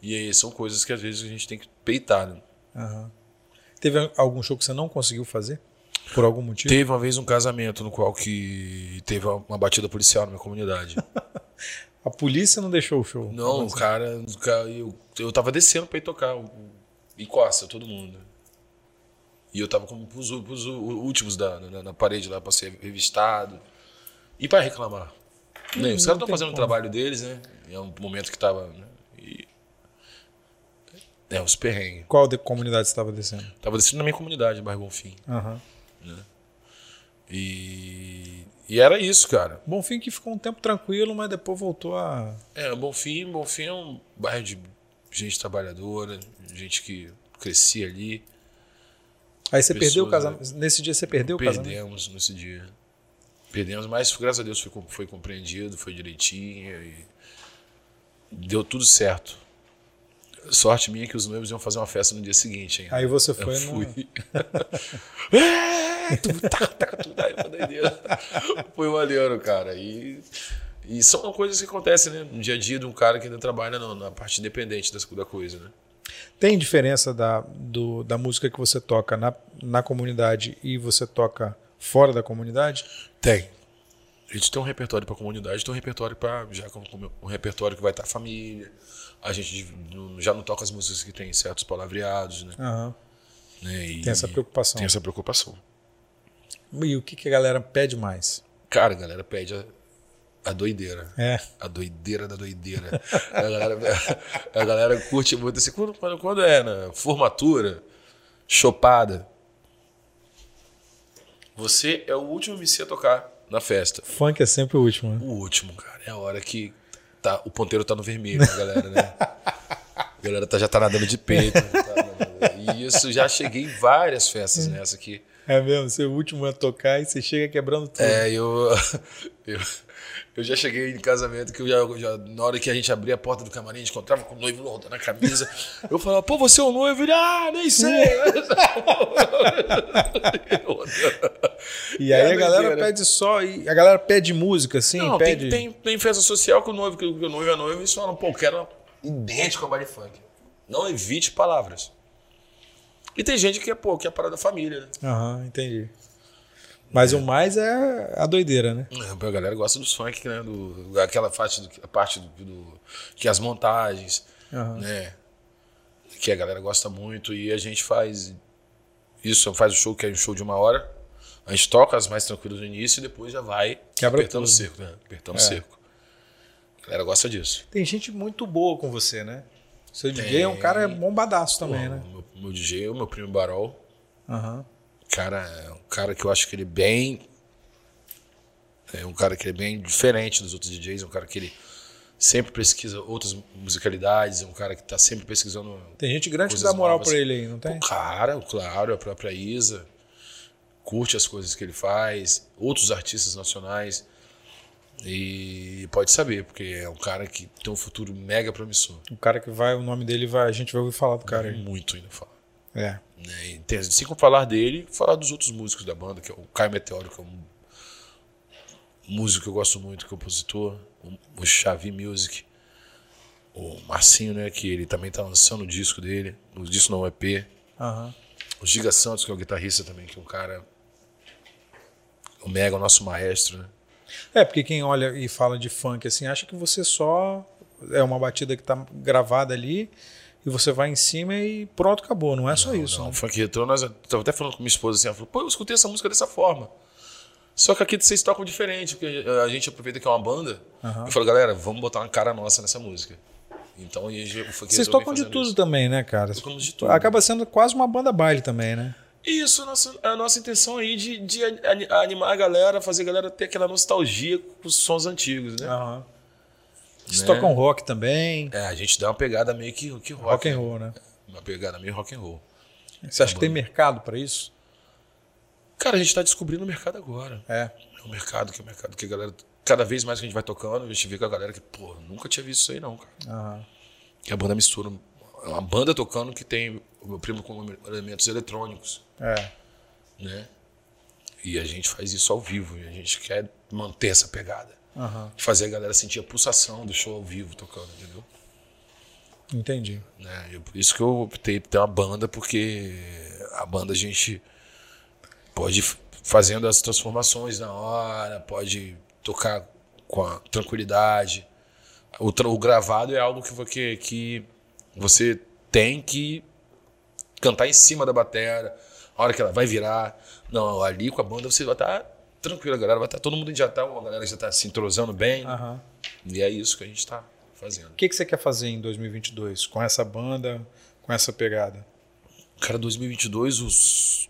Speaker 2: E aí são coisas que às vezes a gente tem que peitar, né?
Speaker 1: Aham. Teve algum show que você não conseguiu fazer? Por algum motivo?
Speaker 2: Teve uma vez um casamento no qual que teve uma uma batida policial na minha comunidade.
Speaker 1: A polícia não deixou o show.
Speaker 2: Não, o cara, o cara- eu, eu tava descendo pra ir tocar. o- o- E costa todo mundo. E eu tava como pros, u- pros u- últimos da, na, na parede lá pra ser revistado. E pra reclamar. Né, Os
Speaker 1: Hum, Não
Speaker 2: caras estão
Speaker 1: tem
Speaker 2: fazendo o
Speaker 1: como.
Speaker 2: trabalho deles, né? É um momento que tava. né, e- É, os perrengues.
Speaker 1: Qual de comunidade você estava descendo?
Speaker 2: Tava descendo na minha comunidade, bairro Bonfim.
Speaker 1: Aham.
Speaker 2: E. E era isso, cara.
Speaker 1: Bonfim que ficou um tempo tranquilo, mas depois voltou a.
Speaker 2: É, Bonfim, Bonfim é um bairro de gente trabalhadora, gente que crescia ali.
Speaker 1: Aí você
Speaker 2: Pessoas, é.
Speaker 1: perdeu o casamento. Nesse dia você perdeu o casamento?
Speaker 2: Perdemos nesse dia. Perdemos, mas graças a Deus foi, com- foi compreendido, foi direitinho e deu tudo certo. Sorte minha que os noivos iam fazer uma festa no dia seguinte, hein?
Speaker 1: Aí você foi
Speaker 2: eu
Speaker 1: no.
Speaker 2: fui. É, tu- tá, tá, tu- aí foi doideira. Foi maneiro, cara. E, e são coisas que acontecem, né? No dia a dia de um cara que ainda trabalha na, na parte independente das- da coisa, né?
Speaker 1: Tem diferença da, do- da música que você toca na, na comunidade e você toca fora da comunidade?
Speaker 2: Tem. A gente tem um repertório pra comunidade, tem um repertório pra. Já com, com- um repertório que vai estar a família. A gente de- não- já não toca as músicas que tem certos palavreados, né?
Speaker 1: Aham.
Speaker 2: Né, e-
Speaker 1: Tem essa preocupação.
Speaker 2: Tem essa preocupação.
Speaker 1: E o que, que a galera pede mais?
Speaker 2: Cara, a galera pede a, a doideira.
Speaker 1: É.
Speaker 2: A doideira da doideira. a, galera, a galera curte muito. Assim, quando, quando, quando é na formatura, chopada. Você é o último MC a tocar na festa.
Speaker 1: Funk é sempre o último, né?
Speaker 2: O último, cara. É a hora que tá, o ponteiro tá no vermelho, né, galera, né? A galera tá, já tá nadando de peito. tá, e isso, já cheguei em várias festas nessa aqui.
Speaker 1: É mesmo, você é o último a tocar e você chega quebrando tudo.
Speaker 2: É, eu, eu, eu já cheguei em casamento que eu já, já- na hora que a gente abria a porta do camarim, a gente encontrava com o noivo rodando a camisa. Eu falava, pô, você é o noivo? Ele, ah, nem sei.
Speaker 1: E aí
Speaker 2: É
Speaker 1: a galera
Speaker 2: doideira.
Speaker 1: pede só, e a galera pede música, assim,
Speaker 2: Não, tem,
Speaker 1: pede.
Speaker 2: tem, tem festa social com o noivo, que o noivo é noivo, e falam, pô, eu quero idêntico ao baile funk. Não evite palavras. E tem gente que é, pô, que é parada da família, né?
Speaker 1: Aham, entendi. Mas o mais é a doideira, né?
Speaker 2: É, A galera gosta dos funk, né? Do, aquela parte do, a parte do, do- que as montagens,
Speaker 1: Aham.
Speaker 2: né? Que a galera gosta muito e a gente faz isso, faz o show que é um show de uma hora. A gente toca as mais tranquilas no início e depois já vai
Speaker 1: Quebra
Speaker 2: apertando o
Speaker 1: tudo. É.
Speaker 2: cerco, né? Apertando o cerco. A galera gosta disso.
Speaker 1: Tem gente muito boa com você, né? Seu DJ é um
Speaker 2: Tem.
Speaker 1: cara bombadaço também, né?
Speaker 2: O meu, meu DJ, o meu primo Barol,
Speaker 1: Aham.
Speaker 2: cara, é um cara que eu acho que ele é bem. É um cara que ele é bem diferente dos outros DJs, é um cara que ele sempre pesquisa outras musicalidades, é um cara que tá sempre pesquisando.
Speaker 1: Tem gente grande
Speaker 2: Coisas
Speaker 1: que dá moral
Speaker 2: novas.
Speaker 1: pra ele aí, não tem?
Speaker 2: O cara, o claro, a própria Isa, curte as coisas que ele faz, outros artistas nacionais. E pode saber, porque é um cara que tem um futuro mega promissor.
Speaker 1: O cara que vai, o nome dele vai, a gente vai ouvir falar do cara aí.
Speaker 2: Muito ainda fala.
Speaker 1: É.
Speaker 2: né? E tem- Se for falar dele, falar dos outros músicos da banda, que é o Caio Meteoro, que é um músico que eu gosto muito, compositor, o- o Xavi Music, o Marcinho, né, que ele também tá lançando o disco dele, o disco não, o EP,
Speaker 1: Aham.
Speaker 2: o Giga Santos, que é o guitarrista também, que é um cara, o mega, o nosso maestro, né?
Speaker 1: É, porque quem olha e fala de funk assim, acha que você só é uma batida que tá gravada ali e você vai em cima e pronto, acabou. Não é só isso.
Speaker 2: Não,
Speaker 1: né?
Speaker 2: funk retrô, nós eu tava até falando com minha esposa assim, ela falou, pô, eu escutei essa música dessa forma. Só que aqui vocês tocam diferente, porque a a gente aproveita que é uma banda. Eu falo, galera, vamos botar uma cara nossa nessa música. Então, e o funk
Speaker 1: Vocês
Speaker 2: retrô vem
Speaker 1: tocam de
Speaker 2: fazendo
Speaker 1: tudo
Speaker 2: isso.
Speaker 1: também, né, cara?
Speaker 2: Tocamos de tudo.
Speaker 1: Acaba sendo quase uma banda baile também, né?
Speaker 2: E isso é a nossa, a nossa intenção aí de, de ani- animar a galera, fazer a galera ter aquela nostalgia com os sons antigos, né?
Speaker 1: Aham. Vocês
Speaker 2: Né?
Speaker 1: tocam rock também,
Speaker 2: É, a gente dá uma pegada meio que, que rock,
Speaker 1: rock and roll, né?
Speaker 2: Uma pegada meio rock and roll.
Speaker 1: Você acha que tem mercado pra isso?
Speaker 2: Cara, a gente tá descobrindo o mercado agora.
Speaker 1: É.
Speaker 2: É um mercado que é um mercado que a galera. Cada vez mais que a gente vai tocando, a gente vê com a galera que, pô, nunca tinha visto isso aí, não, cara.
Speaker 1: Aham.
Speaker 2: Que a banda mistura. É uma banda tocando que tem o meu primo com elementos eletrônicos,
Speaker 1: É.
Speaker 2: né? E a gente faz isso ao vivo, e a gente quer manter essa pegada.
Speaker 1: Aham.
Speaker 2: Fazer a galera sentir a pulsação do show ao vivo tocando, entendeu?
Speaker 1: Entendi.
Speaker 2: Né? Eu- por isso que eu optei por ter uma banda, porque a banda a gente pode ir f- fazendo as transformações na hora, pode tocar com a tranquilidade. O, tra- o gravado é algo que, vo- que, que você tem que cantar em cima da bateria, a hora que ela vai virar. Não, ali com a banda você vai estar tranquilo, a galera vai estar, todo mundo já tá, a galera já tá se entrosando bem.
Speaker 1: Aham.
Speaker 2: E é isso que a gente está fazendo.
Speaker 1: O que, que você quer fazer em 2022 com essa banda, com essa pegada?
Speaker 2: Cara, 2022, os...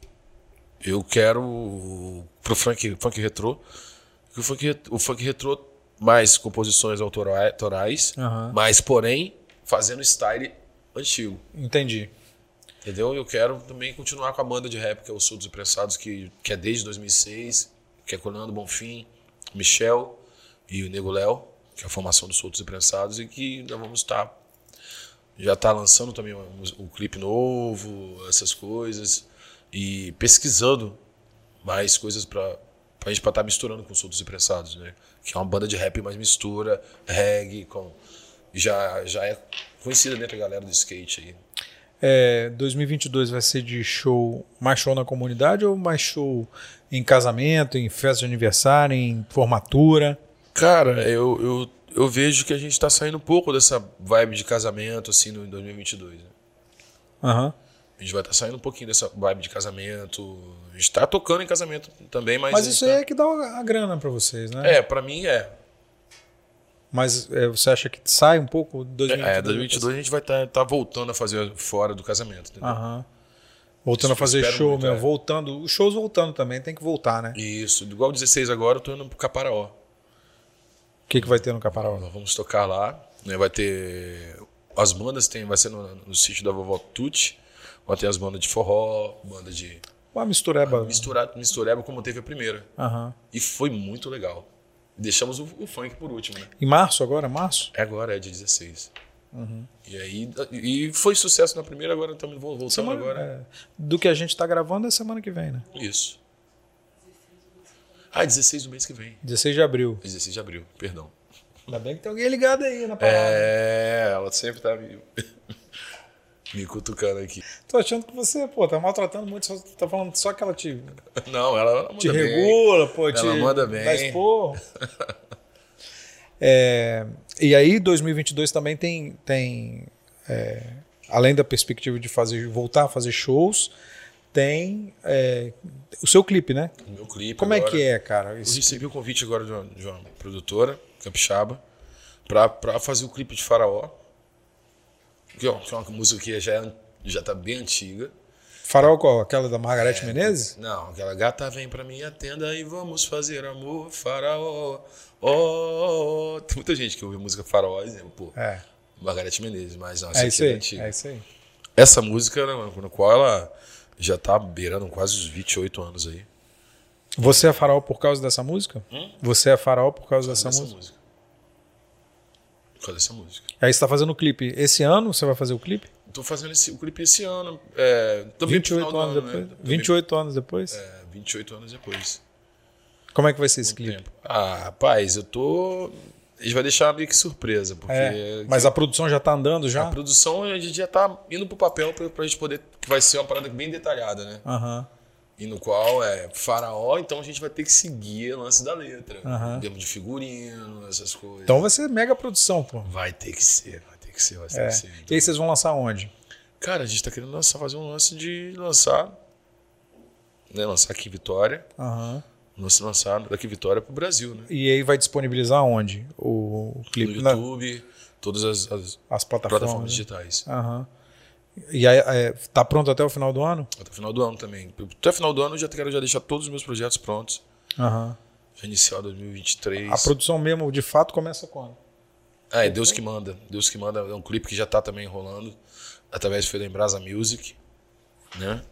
Speaker 2: eu quero pro funk, funk retrô. que O funk, ret- o funk retrô, mais composições autora- autorais,
Speaker 1: Aham.
Speaker 2: mas porém fazendo style antigo.
Speaker 1: Entendi.
Speaker 2: Entendeu? Eu quero também continuar com a banda de rap, que é o Sul dos Imprensados, que, que é desde 2006, que é com o Leandro Bonfim, Michel e o Nego Léo, que é a formação do Sul dos Imprensados, e que nós vamos estar. já está lançando também o, o clipe novo, essas coisas, e pesquisando mais coisas para a gente estar misturando com o Sul dos Imprensados, né? Que é uma banda de rap, mas mistura reggae com. Já, já é conhecida dentro da galera do skate aí.
Speaker 1: É, 2022 vai ser de show, mais show na comunidade ou mais show em casamento, em festa de aniversário, em formatura?
Speaker 2: Cara, eu, eu, eu vejo que a gente tá saindo um pouco dessa vibe de casamento, assim, no, em 2022. né?
Speaker 1: Aham.
Speaker 2: A gente vai estar saindo um pouquinho dessa vibe de casamento. A gente tá tocando em casamento também, mas.
Speaker 1: Mas
Speaker 2: a gente
Speaker 1: isso aí
Speaker 2: tá-
Speaker 1: é que dá a grana pra vocês, né?
Speaker 2: É, pra mim é.
Speaker 1: Mas é, você acha que sai um pouco de
Speaker 2: É,
Speaker 1: 2022?
Speaker 2: 2022 a gente vai estar tá, voltando a fazer fora do casamento, entendeu?
Speaker 1: Aham. Voltando
Speaker 2: Isso
Speaker 1: a fazer
Speaker 2: eu espero
Speaker 1: show,
Speaker 2: muito,
Speaker 1: meu,
Speaker 2: é.
Speaker 1: voltando. Os shows voltando também, tem que voltar, né?
Speaker 2: Isso, igual 16 agora, eu tô indo pro Caparaó.
Speaker 1: O que, que vai ter no Caparaó?
Speaker 2: Nós vamos tocar lá, né? Vai ter as bandas tem, vai ser no, no sítio da vovó Tuti. Lá tem as bandas de forró, banda de.
Speaker 1: Uma mistureba.
Speaker 2: Mistureba, mistureba como teve a primeira.
Speaker 1: Aham.
Speaker 2: E foi muito legal. Deixamos o, o funk por último, né?
Speaker 1: Em março agora, março?
Speaker 2: É agora, é dia 16.
Speaker 1: Uhum.
Speaker 2: E aí. E foi sucesso na primeira, agora estamos vol- voltando
Speaker 1: Semana-
Speaker 2: Então, agora.
Speaker 1: é, do que a gente tá gravando é semana que vem, né?
Speaker 2: Isso. Ah, 16 do mês que vem.
Speaker 1: 16 de abril.
Speaker 2: 16 de abril, perdão.
Speaker 1: Ainda bem que tem alguém ligado aí na parada.
Speaker 2: É, ela sempre tá me, me cutucando aqui.
Speaker 1: Tô achando que você, pô, tá maltratando muito, só, tá falando só que ela te,
Speaker 2: Não, ela, ela manda
Speaker 1: te
Speaker 2: bem.
Speaker 1: regula, pô, te
Speaker 2: manda bem.
Speaker 1: dá esporro. É, e aí, 2022 também tem, tem é, além da perspectiva de fazer voltar a fazer shows, tem é, o seu clipe, né?
Speaker 2: O Meu clipe
Speaker 1: Como é
Speaker 2: agora.
Speaker 1: que é, cara?
Speaker 2: Eu
Speaker 1: Esse-
Speaker 2: recebi o convite agora de uma, de uma produtora, capixaba, pra, pra fazer o clipe de Faraó. Que é uma, que é uma música que já, é- já tá bem antiga.
Speaker 1: Farol qual? Aquela da Margareth
Speaker 2: É.
Speaker 1: Menezes?
Speaker 2: Não, aquela gata vem pra minha tenda e vamos fazer amor, faraó. Ó, ó, ó. Tem muita gente que ouve música faraó e diz, pô,
Speaker 1: É,
Speaker 2: Margareth Menezes, mas não, essa
Speaker 1: é
Speaker 2: aqui
Speaker 1: isso
Speaker 2: é
Speaker 1: aí.
Speaker 2: antiga.
Speaker 1: É isso aí.
Speaker 2: Essa música, né, mano, no qual ela já tá beirando quase os 28 anos aí.
Speaker 1: Você é farol por causa dessa música?
Speaker 2: Hum?
Speaker 1: Você é farol por causa dessa
Speaker 2: Essa
Speaker 1: música?
Speaker 2: música. Por causa dessa música.
Speaker 1: Aí você tá fazendo o clipe. Esse ano você vai fazer o clipe?
Speaker 2: Tô fazendo esse, o clipe esse ano. É, também
Speaker 1: 28
Speaker 2: pro final do
Speaker 1: anos
Speaker 2: ano, né?
Speaker 1: depois?
Speaker 2: Também,
Speaker 1: 28 anos depois?
Speaker 2: é, 28 anos depois.
Speaker 1: Como é que vai ser esse clipe?
Speaker 2: Tempo. Ah, rapaz, eu tô. Eles vai deixar meio que surpresa, porque.
Speaker 1: É, mas a produção já tá andando já?
Speaker 2: A produção a gente já tá indo pro papel pra, pra gente poder. Que vai ser uma parada bem detalhada, né?
Speaker 1: Aham.
Speaker 2: E no qual é faraó, então a gente vai ter que seguir o lance da letra.
Speaker 1: Aham.
Speaker 2: Em termos de figurino, essas coisas.
Speaker 1: Então vai ser mega produção, pô.
Speaker 2: Vai ter que ser, vai ter que ser, vai ter
Speaker 1: É.
Speaker 2: que ser.
Speaker 1: E aí vocês vão lançar onde?
Speaker 2: Cara, a gente tá querendo lançar, fazer um lance de lançar. Né, lançar aqui em Vitória.
Speaker 1: Aham.
Speaker 2: Lance lançar daqui em Vitória pro Brasil, né?
Speaker 1: E aí vai disponibilizar onde o, o
Speaker 2: No
Speaker 1: clipe? Na-
Speaker 2: YouTube, todas as, as
Speaker 1: as plataformas.
Speaker 2: plataformas
Speaker 1: né?
Speaker 2: digitais.
Speaker 1: Aham. E aí é, tá pronto até o final do ano?
Speaker 2: Até o final do ano também. Até o final do ano eu já quero já deixar todos os meus projetos prontos.
Speaker 1: Aham.
Speaker 2: Já iniciar 2023.
Speaker 1: A produção mesmo, de fato, começa quando?
Speaker 2: Ah, é Deus que manda. Deus que manda. É um clipe que já tá também rolando. Através foi da Embrasa Music. Né?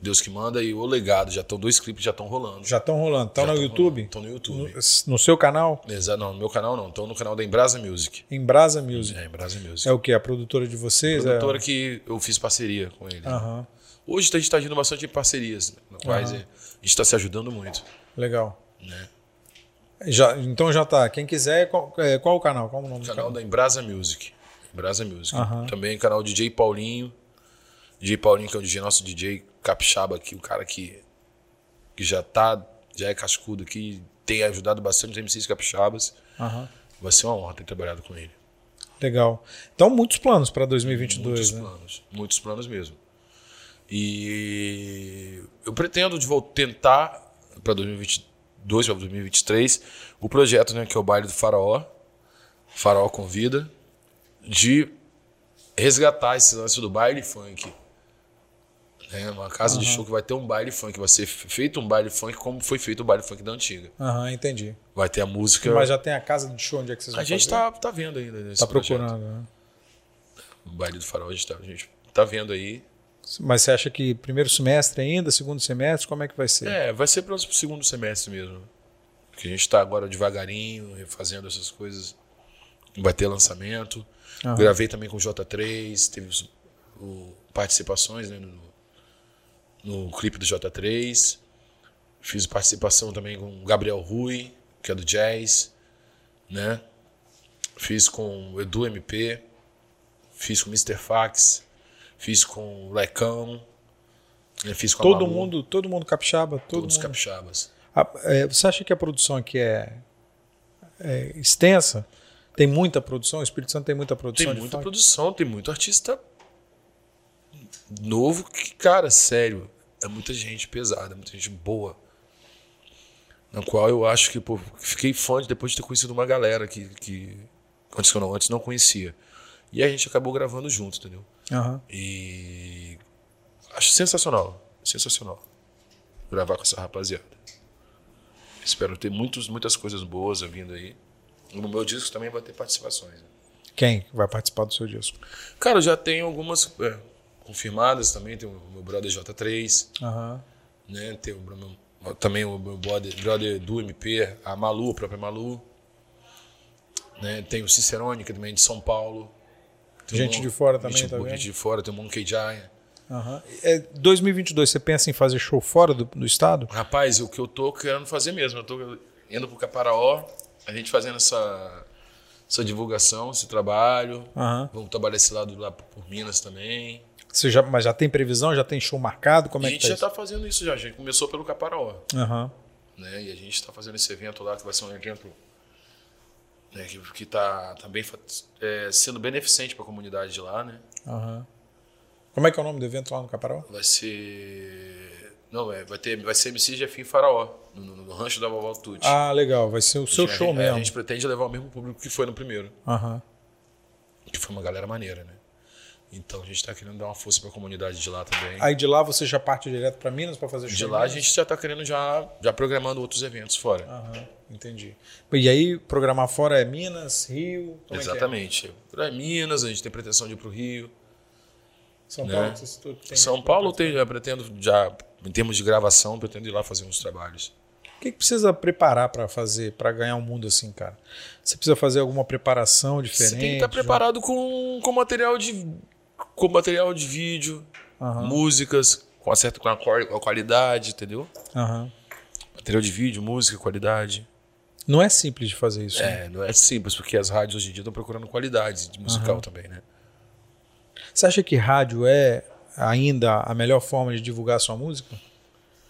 Speaker 2: Deus que manda e O Legado. Já estão dois clipes já estão rolando.
Speaker 1: Já estão rolando. Estão no YouTube?
Speaker 2: Estão no
Speaker 1: No,
Speaker 2: YouTube.
Speaker 1: no seu canal?
Speaker 2: Exa- Não, no meu canal não. Estão no canal da Embrasa Music.
Speaker 1: Em Brasa Music.
Speaker 2: É, Embrasa Music.
Speaker 1: É o que? A produtora de vocês?
Speaker 2: a produtora que eu fiz parceria com ele.
Speaker 1: É... Aham.
Speaker 2: Hoje a gente está agindo bastante em parcerias, na quais a gente está se ajudando muito.
Speaker 1: Legal.
Speaker 2: Né?
Speaker 1: Já, então já tá. Quem quiser, qual, é, qual o canal? Qual o nome do
Speaker 2: Canal
Speaker 1: canal?
Speaker 2: da Embrasa Music. Embrasa Music.
Speaker 1: Aham.
Speaker 2: Também canal DJ Paulinho. DJ Paulinho, que é o DJ, nosso DJ capixaba aqui, o cara que, que já tá, já é cascudo aqui, tem ajudado bastante os MCs capixabas.
Speaker 1: Aham.
Speaker 2: Vai ser uma honra ter trabalhado com ele.
Speaker 1: Legal. Então, muitos planos para
Speaker 2: Muitos
Speaker 1: 2022, né?
Speaker 2: planos. Muitos planos mesmo. E eu pretendo de volta tentar para 2022, para 2023, o projeto, né, que é o Baile do Faraó, Faraó Convida, de resgatar esse lance do baile funk. É uma casa de show que vai ter um baile funk, vai ser feito um baile funk como foi feito o baile funk da antiga.
Speaker 1: Aham, entendi.
Speaker 2: Vai ter a música.
Speaker 1: Mas já tem a casa de show onde é que vocês vão
Speaker 2: a gente
Speaker 1: fazer?
Speaker 2: tá, tá vendo ainda. Nesse
Speaker 1: Tá
Speaker 2: projeto.
Speaker 1: procurando, né?
Speaker 2: O baile do Faraó, a gente tá, a gente tá vendo aí.
Speaker 1: Mas você acha que primeiro semestre ainda, segundo semestre, como é que vai ser?
Speaker 2: É, vai ser para o segundo semestre mesmo. Porque a gente está agora devagarinho, refazendo essas coisas. Vai ter lançamento.
Speaker 1: Aham.
Speaker 2: Gravei também com o J3, teve os- o- participações né, no, no clipe do J3. Fiz participação também com o Gabriel Rui, que é do Jazz, né? Fiz com o Edu MP, fiz com o Mr. Fax, fiz com o Lecão, né, fiz com a
Speaker 1: Todo
Speaker 2: Malu,
Speaker 1: mundo, todo mundo capixaba, todo
Speaker 2: todos
Speaker 1: mundo.
Speaker 2: capixabas.
Speaker 1: A- é, você acha que a produção aqui é, é extensa? Tem muita produção? O Espírito Santo tem muita produção?
Speaker 2: Tem
Speaker 1: de
Speaker 2: muita
Speaker 1: funk?
Speaker 2: produção, tem muito artista novo que, cara, sério, é muita gente pesada, muita gente boa. Na qual eu acho que, pô, fiquei fã de depois de ter conhecido uma galera que, que antes que eu não, antes não conhecia. E a gente acabou gravando junto, entendeu?
Speaker 1: Aham.
Speaker 2: E acho sensacional, sensacional gravar com essa rapaziada. Espero ter muitos, muitas coisas boas vindo aí. No meu disco também vai ter participações. né?
Speaker 1: Quem vai participar do seu disco?
Speaker 2: Cara, eu já tenho algumas é, confirmadas também. Tem o meu brother J3,
Speaker 1: Aham.
Speaker 2: né? Tem o meu- também o meu brother, brother do MP, a Malu, a própria Malu. Né? Tem o Cicerone, que também é de São Paulo. Tem um
Speaker 1: Gente de fora também,
Speaker 2: gente,
Speaker 1: tá vendo?
Speaker 2: Gente de fora, tem o Monkey Giant.
Speaker 1: aham. É, 2022, você pensa em fazer show fora do, do estado?
Speaker 2: Rapaz, o que eu tô querendo fazer mesmo, eu tô indo pro Caparaó, a gente fazendo essa, essa divulgação, esse trabalho.
Speaker 1: Aham.
Speaker 2: Vamos trabalhar esse lado lá por Minas também.
Speaker 1: Você já, mas já tem previsão? Já tem show marcado? Como
Speaker 2: a
Speaker 1: é que
Speaker 2: gente
Speaker 1: tá
Speaker 2: já
Speaker 1: isso?
Speaker 2: tá fazendo isso já, a gente começou pelo Caparaó,
Speaker 1: Aham.
Speaker 2: né? E a gente tá fazendo esse evento lá, que vai ser um evento né, que, que tá, tá bem fa- é, sendo beneficente para a comunidade de lá, né?
Speaker 1: aham. Como é que é o nome do evento lá no Caparaó?
Speaker 2: Vai ser... Não, é, vai, ter, vai ser MC Jefim Faraó, no, no- no rancho da Vovó Tucci.
Speaker 1: Ah, legal. Vai ser o seu
Speaker 2: A gente- é,
Speaker 1: show
Speaker 2: a,
Speaker 1: mesmo.
Speaker 2: A gente pretende levar o mesmo público que foi no primeiro.
Speaker 1: Aham.
Speaker 2: que foi uma galera maneira, né? Então a gente tá querendo dar uma força pra comunidade de lá também.
Speaker 1: Aí de lá você já parte direto pra Minas pra fazer show?
Speaker 2: de
Speaker 1: em
Speaker 2: lá a
Speaker 1: Minas?
Speaker 2: gente já tá querendo já, já programando outros eventos fora.
Speaker 1: Aham, entendi. E aí, programar fora é Minas, Rio. como é que é?
Speaker 2: Exatamente. Pra Minas, a gente tem pretensão de ir pro Rio.
Speaker 1: São
Speaker 2: Né?
Speaker 1: Paulo, vocês tudo tem.
Speaker 2: São Paulo tem, já pretendo, já, em termos de gravação, pretendo ir lá fazer uns trabalhos.
Speaker 1: O que, que precisa preparar pra fazer, pra ganhar o mundo assim, cara? Você precisa fazer alguma preparação diferente?
Speaker 2: Você tem que tá estar preparado com, com material de. com material de vídeo,
Speaker 1: Aham.
Speaker 2: músicas, com a certa com a qual- com a qualidade, entendeu?
Speaker 1: Aham.
Speaker 2: Material de vídeo, música, qualidade.
Speaker 1: Não é simples de fazer isso. né?
Speaker 2: É, não é simples, porque as rádios hoje em dia estão procurando qualidade de musical também, né?
Speaker 1: Você acha que rádio é ainda a melhor forma de divulgar sua música?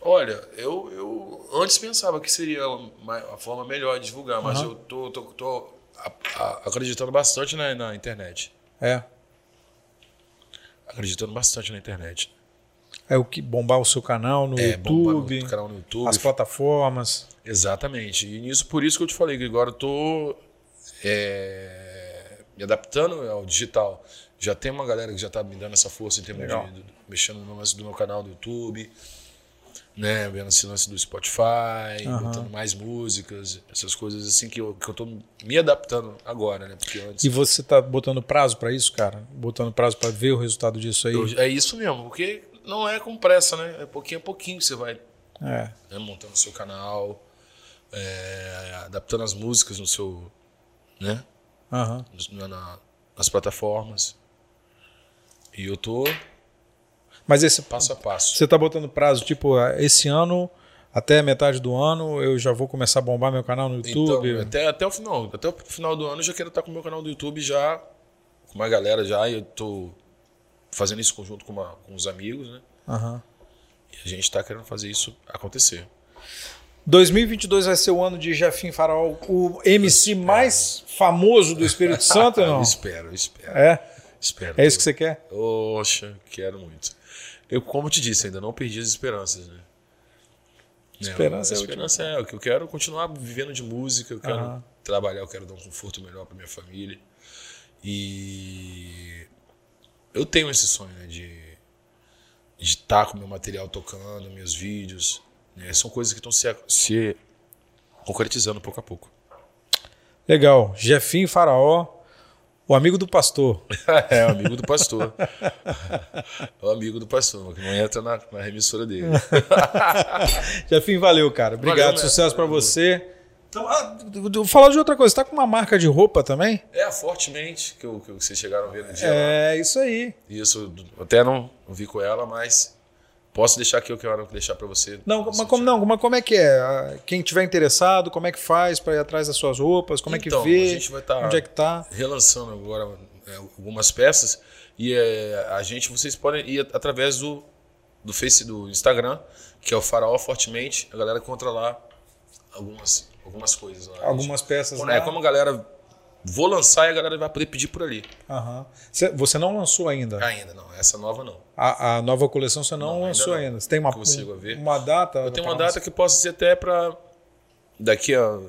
Speaker 2: Olha, eu, eu antes pensava que seria uma- a forma melhor de divulgar, mas
Speaker 1: Aham.
Speaker 2: eu tô, tô, tô a- a- acreditando bastante na, na internet.
Speaker 1: É.
Speaker 2: Acreditando bastante na internet.
Speaker 1: É o que bombar o seu canal no
Speaker 2: É, bombar
Speaker 1: YouTube,
Speaker 2: no canal no YouTube.
Speaker 1: as plataformas.
Speaker 2: Exatamente. E nisso, por isso que eu te falei que agora eu tô é, me adaptando ao digital. Já tem uma galera que já tá me dando essa força em termos
Speaker 1: Legal.
Speaker 2: de, do- mexendo no lance do meu canal do YouTube, né? Vendo esse lance do Spotify,
Speaker 1: Aham.
Speaker 2: botando mais músicas, essas coisas assim que eu, que eu tô me adaptando agora, né? Porque antes.
Speaker 1: E você tá botando prazo pra isso, cara? Botando prazo pra ver o resultado disso aí?
Speaker 2: eu- é isso mesmo, porque não é com pressa, né? É pouquinho a pouquinho que você vai
Speaker 1: É.
Speaker 2: né, montando seu canal, é, adaptando as músicas no seu. né?
Speaker 1: Aham.
Speaker 2: nos- na- na- nas plataformas. E eu tô
Speaker 1: Mas esse
Speaker 2: passo a passo.
Speaker 1: Você tá botando prazo, tipo, ah, esse ano, até a metade do ano, eu já vou começar a bombar meu canal no
Speaker 2: Então,
Speaker 1: YouTube.
Speaker 2: até, até o final, até o final do ano eu já quero estar com o meu canal do YouTube já com uma galera já, e eu tô fazendo isso em conjunto com, uma- com os amigos, né?
Speaker 1: Aham.
Speaker 2: E a gente tá querendo fazer isso acontecer.
Speaker 1: 2022 vai ser o ano de Jefim Faraó, o MC mais famoso do Espírito Santo,
Speaker 2: Eu
Speaker 1: não?
Speaker 2: Ah, espero, eu espero.
Speaker 1: É?
Speaker 2: Espero.
Speaker 1: É isso que você quer?
Speaker 2: Oxa, quero muito. Eu, como eu te disse, ainda não perdi as esperanças, né?
Speaker 1: Esperança
Speaker 2: é,
Speaker 1: é
Speaker 2: a
Speaker 1: a
Speaker 2: esperança é o que eu quero continuar vivendo de música, eu quero
Speaker 1: Aham.
Speaker 2: trabalhar, eu quero dar um conforto melhor para minha família. E eu tenho esse sonho, né, de de estar com meu material tocando, meus vídeos, né? São coisas que estão se, se concretizando pouco a pouco.
Speaker 1: Legal. Jefim Faraó, o amigo do pastor.
Speaker 2: é, o amigo do pastor. é o amigo do pastor, que não entra na, na remissora dele.
Speaker 1: Jefim, valeu, cara. Obrigado,
Speaker 2: Valeu,
Speaker 1: sucesso
Speaker 2: mestre.
Speaker 1: pra você. Então, ah, d- d- falar de outra coisa, você tá com uma marca de roupa também?
Speaker 2: É, fortemente, que, eu- que vocês chegaram a ver no dia. lá.
Speaker 1: É, isso aí.
Speaker 2: Isso, eu até não não vi com ela, mas posso deixar aqui, eu quero deixar pra você.
Speaker 1: Não,
Speaker 2: Você
Speaker 1: mas como, não, mas como é que é? Ah, Quem tiver interessado, como é que faz para ir atrás das suas roupas? Como é
Speaker 2: Então,
Speaker 1: que vê?
Speaker 2: a gente vai tá-
Speaker 1: Onde é que tá?
Speaker 2: Relançando agora é, algumas peças e é, a gente, vocês podem ir at- através do, do Face, do Instagram, que é o Faraó Fortemente, a galera encontra lá algumas, algumas coisas lá.
Speaker 1: Algumas peças
Speaker 2: Gente,
Speaker 1: lá.
Speaker 2: é como a galera, vou lançar e a galera vai poder pedir por ali.
Speaker 1: Aham. Cê- Você não lançou ainda.
Speaker 2: Ainda não, essa nova não.
Speaker 1: A, a nova coleção você não,
Speaker 2: É. Não, ainda
Speaker 1: lançou ainda.
Speaker 2: não.
Speaker 1: Você tem uma, um,
Speaker 2: Que consigo ver.
Speaker 1: uma data?
Speaker 2: Eu tenho
Speaker 1: pra
Speaker 2: uma data que posso ser até para daqui a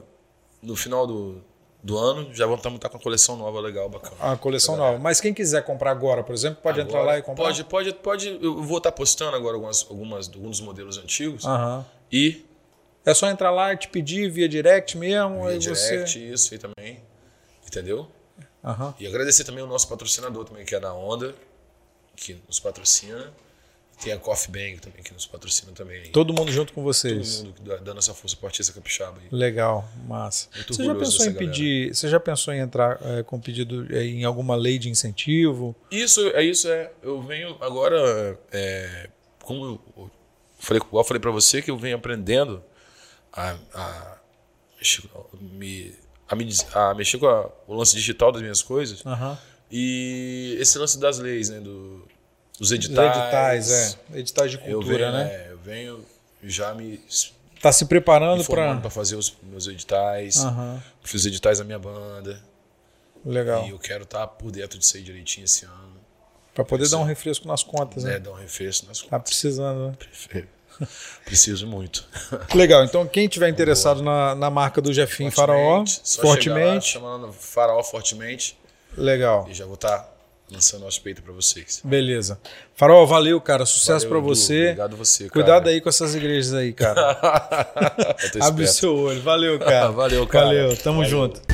Speaker 2: no final do, do ano já vamos estar com a coleção nova legal bacana.
Speaker 1: lançar? A coleção nova. Mas quem quiser comprar agora, por exemplo, pode entrar lá e comprar?
Speaker 2: É. Pode, pode, pode. Eu vou estar postando agora algumas, algumas alguns modelos antigos
Speaker 1: Aham.
Speaker 2: e
Speaker 1: É só entrar lá e te pedir via direct mesmo.
Speaker 2: via
Speaker 1: aí você...
Speaker 2: direct isso aí também, entendeu?
Speaker 1: Aham.
Speaker 2: E agradecer também o nosso patrocinador também, que é na Onda, que nos patrocina. Tem a Coffee Bang também, que nos patrocina também.
Speaker 1: Todo mundo junto com
Speaker 2: Todo
Speaker 1: vocês.
Speaker 2: mundo que dá- dando essa força pro artista capixaba aí.
Speaker 1: Legal, massa.
Speaker 2: Muito
Speaker 1: você já
Speaker 2: orgulhoso
Speaker 1: pensou em
Speaker 2: dessa galera.
Speaker 1: pedir? Você já pensou em entrar eh, com pedido eh, em alguma lei de incentivo?
Speaker 2: Isso, é isso, é. Eu venho agora, é, como eu- eu falei, igual eu falei pra você, que eu venho aprendendo a, a, mexer com- me, a, me des- a mexer com a- o lance digital das minhas coisas.
Speaker 1: Aham.
Speaker 2: E esse lance das leis, né? Do, dos
Speaker 1: Os
Speaker 2: editais.
Speaker 1: editais, é. Editais de
Speaker 2: Eu
Speaker 1: cultura,
Speaker 2: venho, é.
Speaker 1: né?
Speaker 2: né? Eu venho já me
Speaker 1: Tá se preparando
Speaker 2: formando
Speaker 1: para.
Speaker 2: para fazer os meus editais.
Speaker 1: Aham.
Speaker 2: Fiz editais da minha banda.
Speaker 1: Legal.
Speaker 2: E eu quero estar por dentro disso aí direitinho esse ano.
Speaker 1: Para poder dar um refresco nas contas, né?
Speaker 2: Né? Dar um refresco nas
Speaker 1: Tá precisando, né?
Speaker 2: Preciso muito.
Speaker 1: Legal. Então, quem tiver interessado na, na marca do Jefim Um Faraó,
Speaker 2: só chegar Lá,
Speaker 1: fortemente.
Speaker 2: chamando Faraó fortemente
Speaker 1: Legal.
Speaker 2: e já vou estar lançando o peito pra vocês.
Speaker 1: Beleza. Faraó, valeu, cara. Sucesso
Speaker 2: Valeu,
Speaker 1: pra
Speaker 2: Edu.
Speaker 1: você.
Speaker 2: Obrigado você, cara.
Speaker 1: Cuidado aí com essas igrejas aí, cara.
Speaker 2: Eu tô
Speaker 1: Abre o
Speaker 2: esperto.
Speaker 1: seu olho. Valeu, cara.
Speaker 2: Valeu, cara.
Speaker 1: Valeu, tamo
Speaker 2: Valeu.
Speaker 1: junto.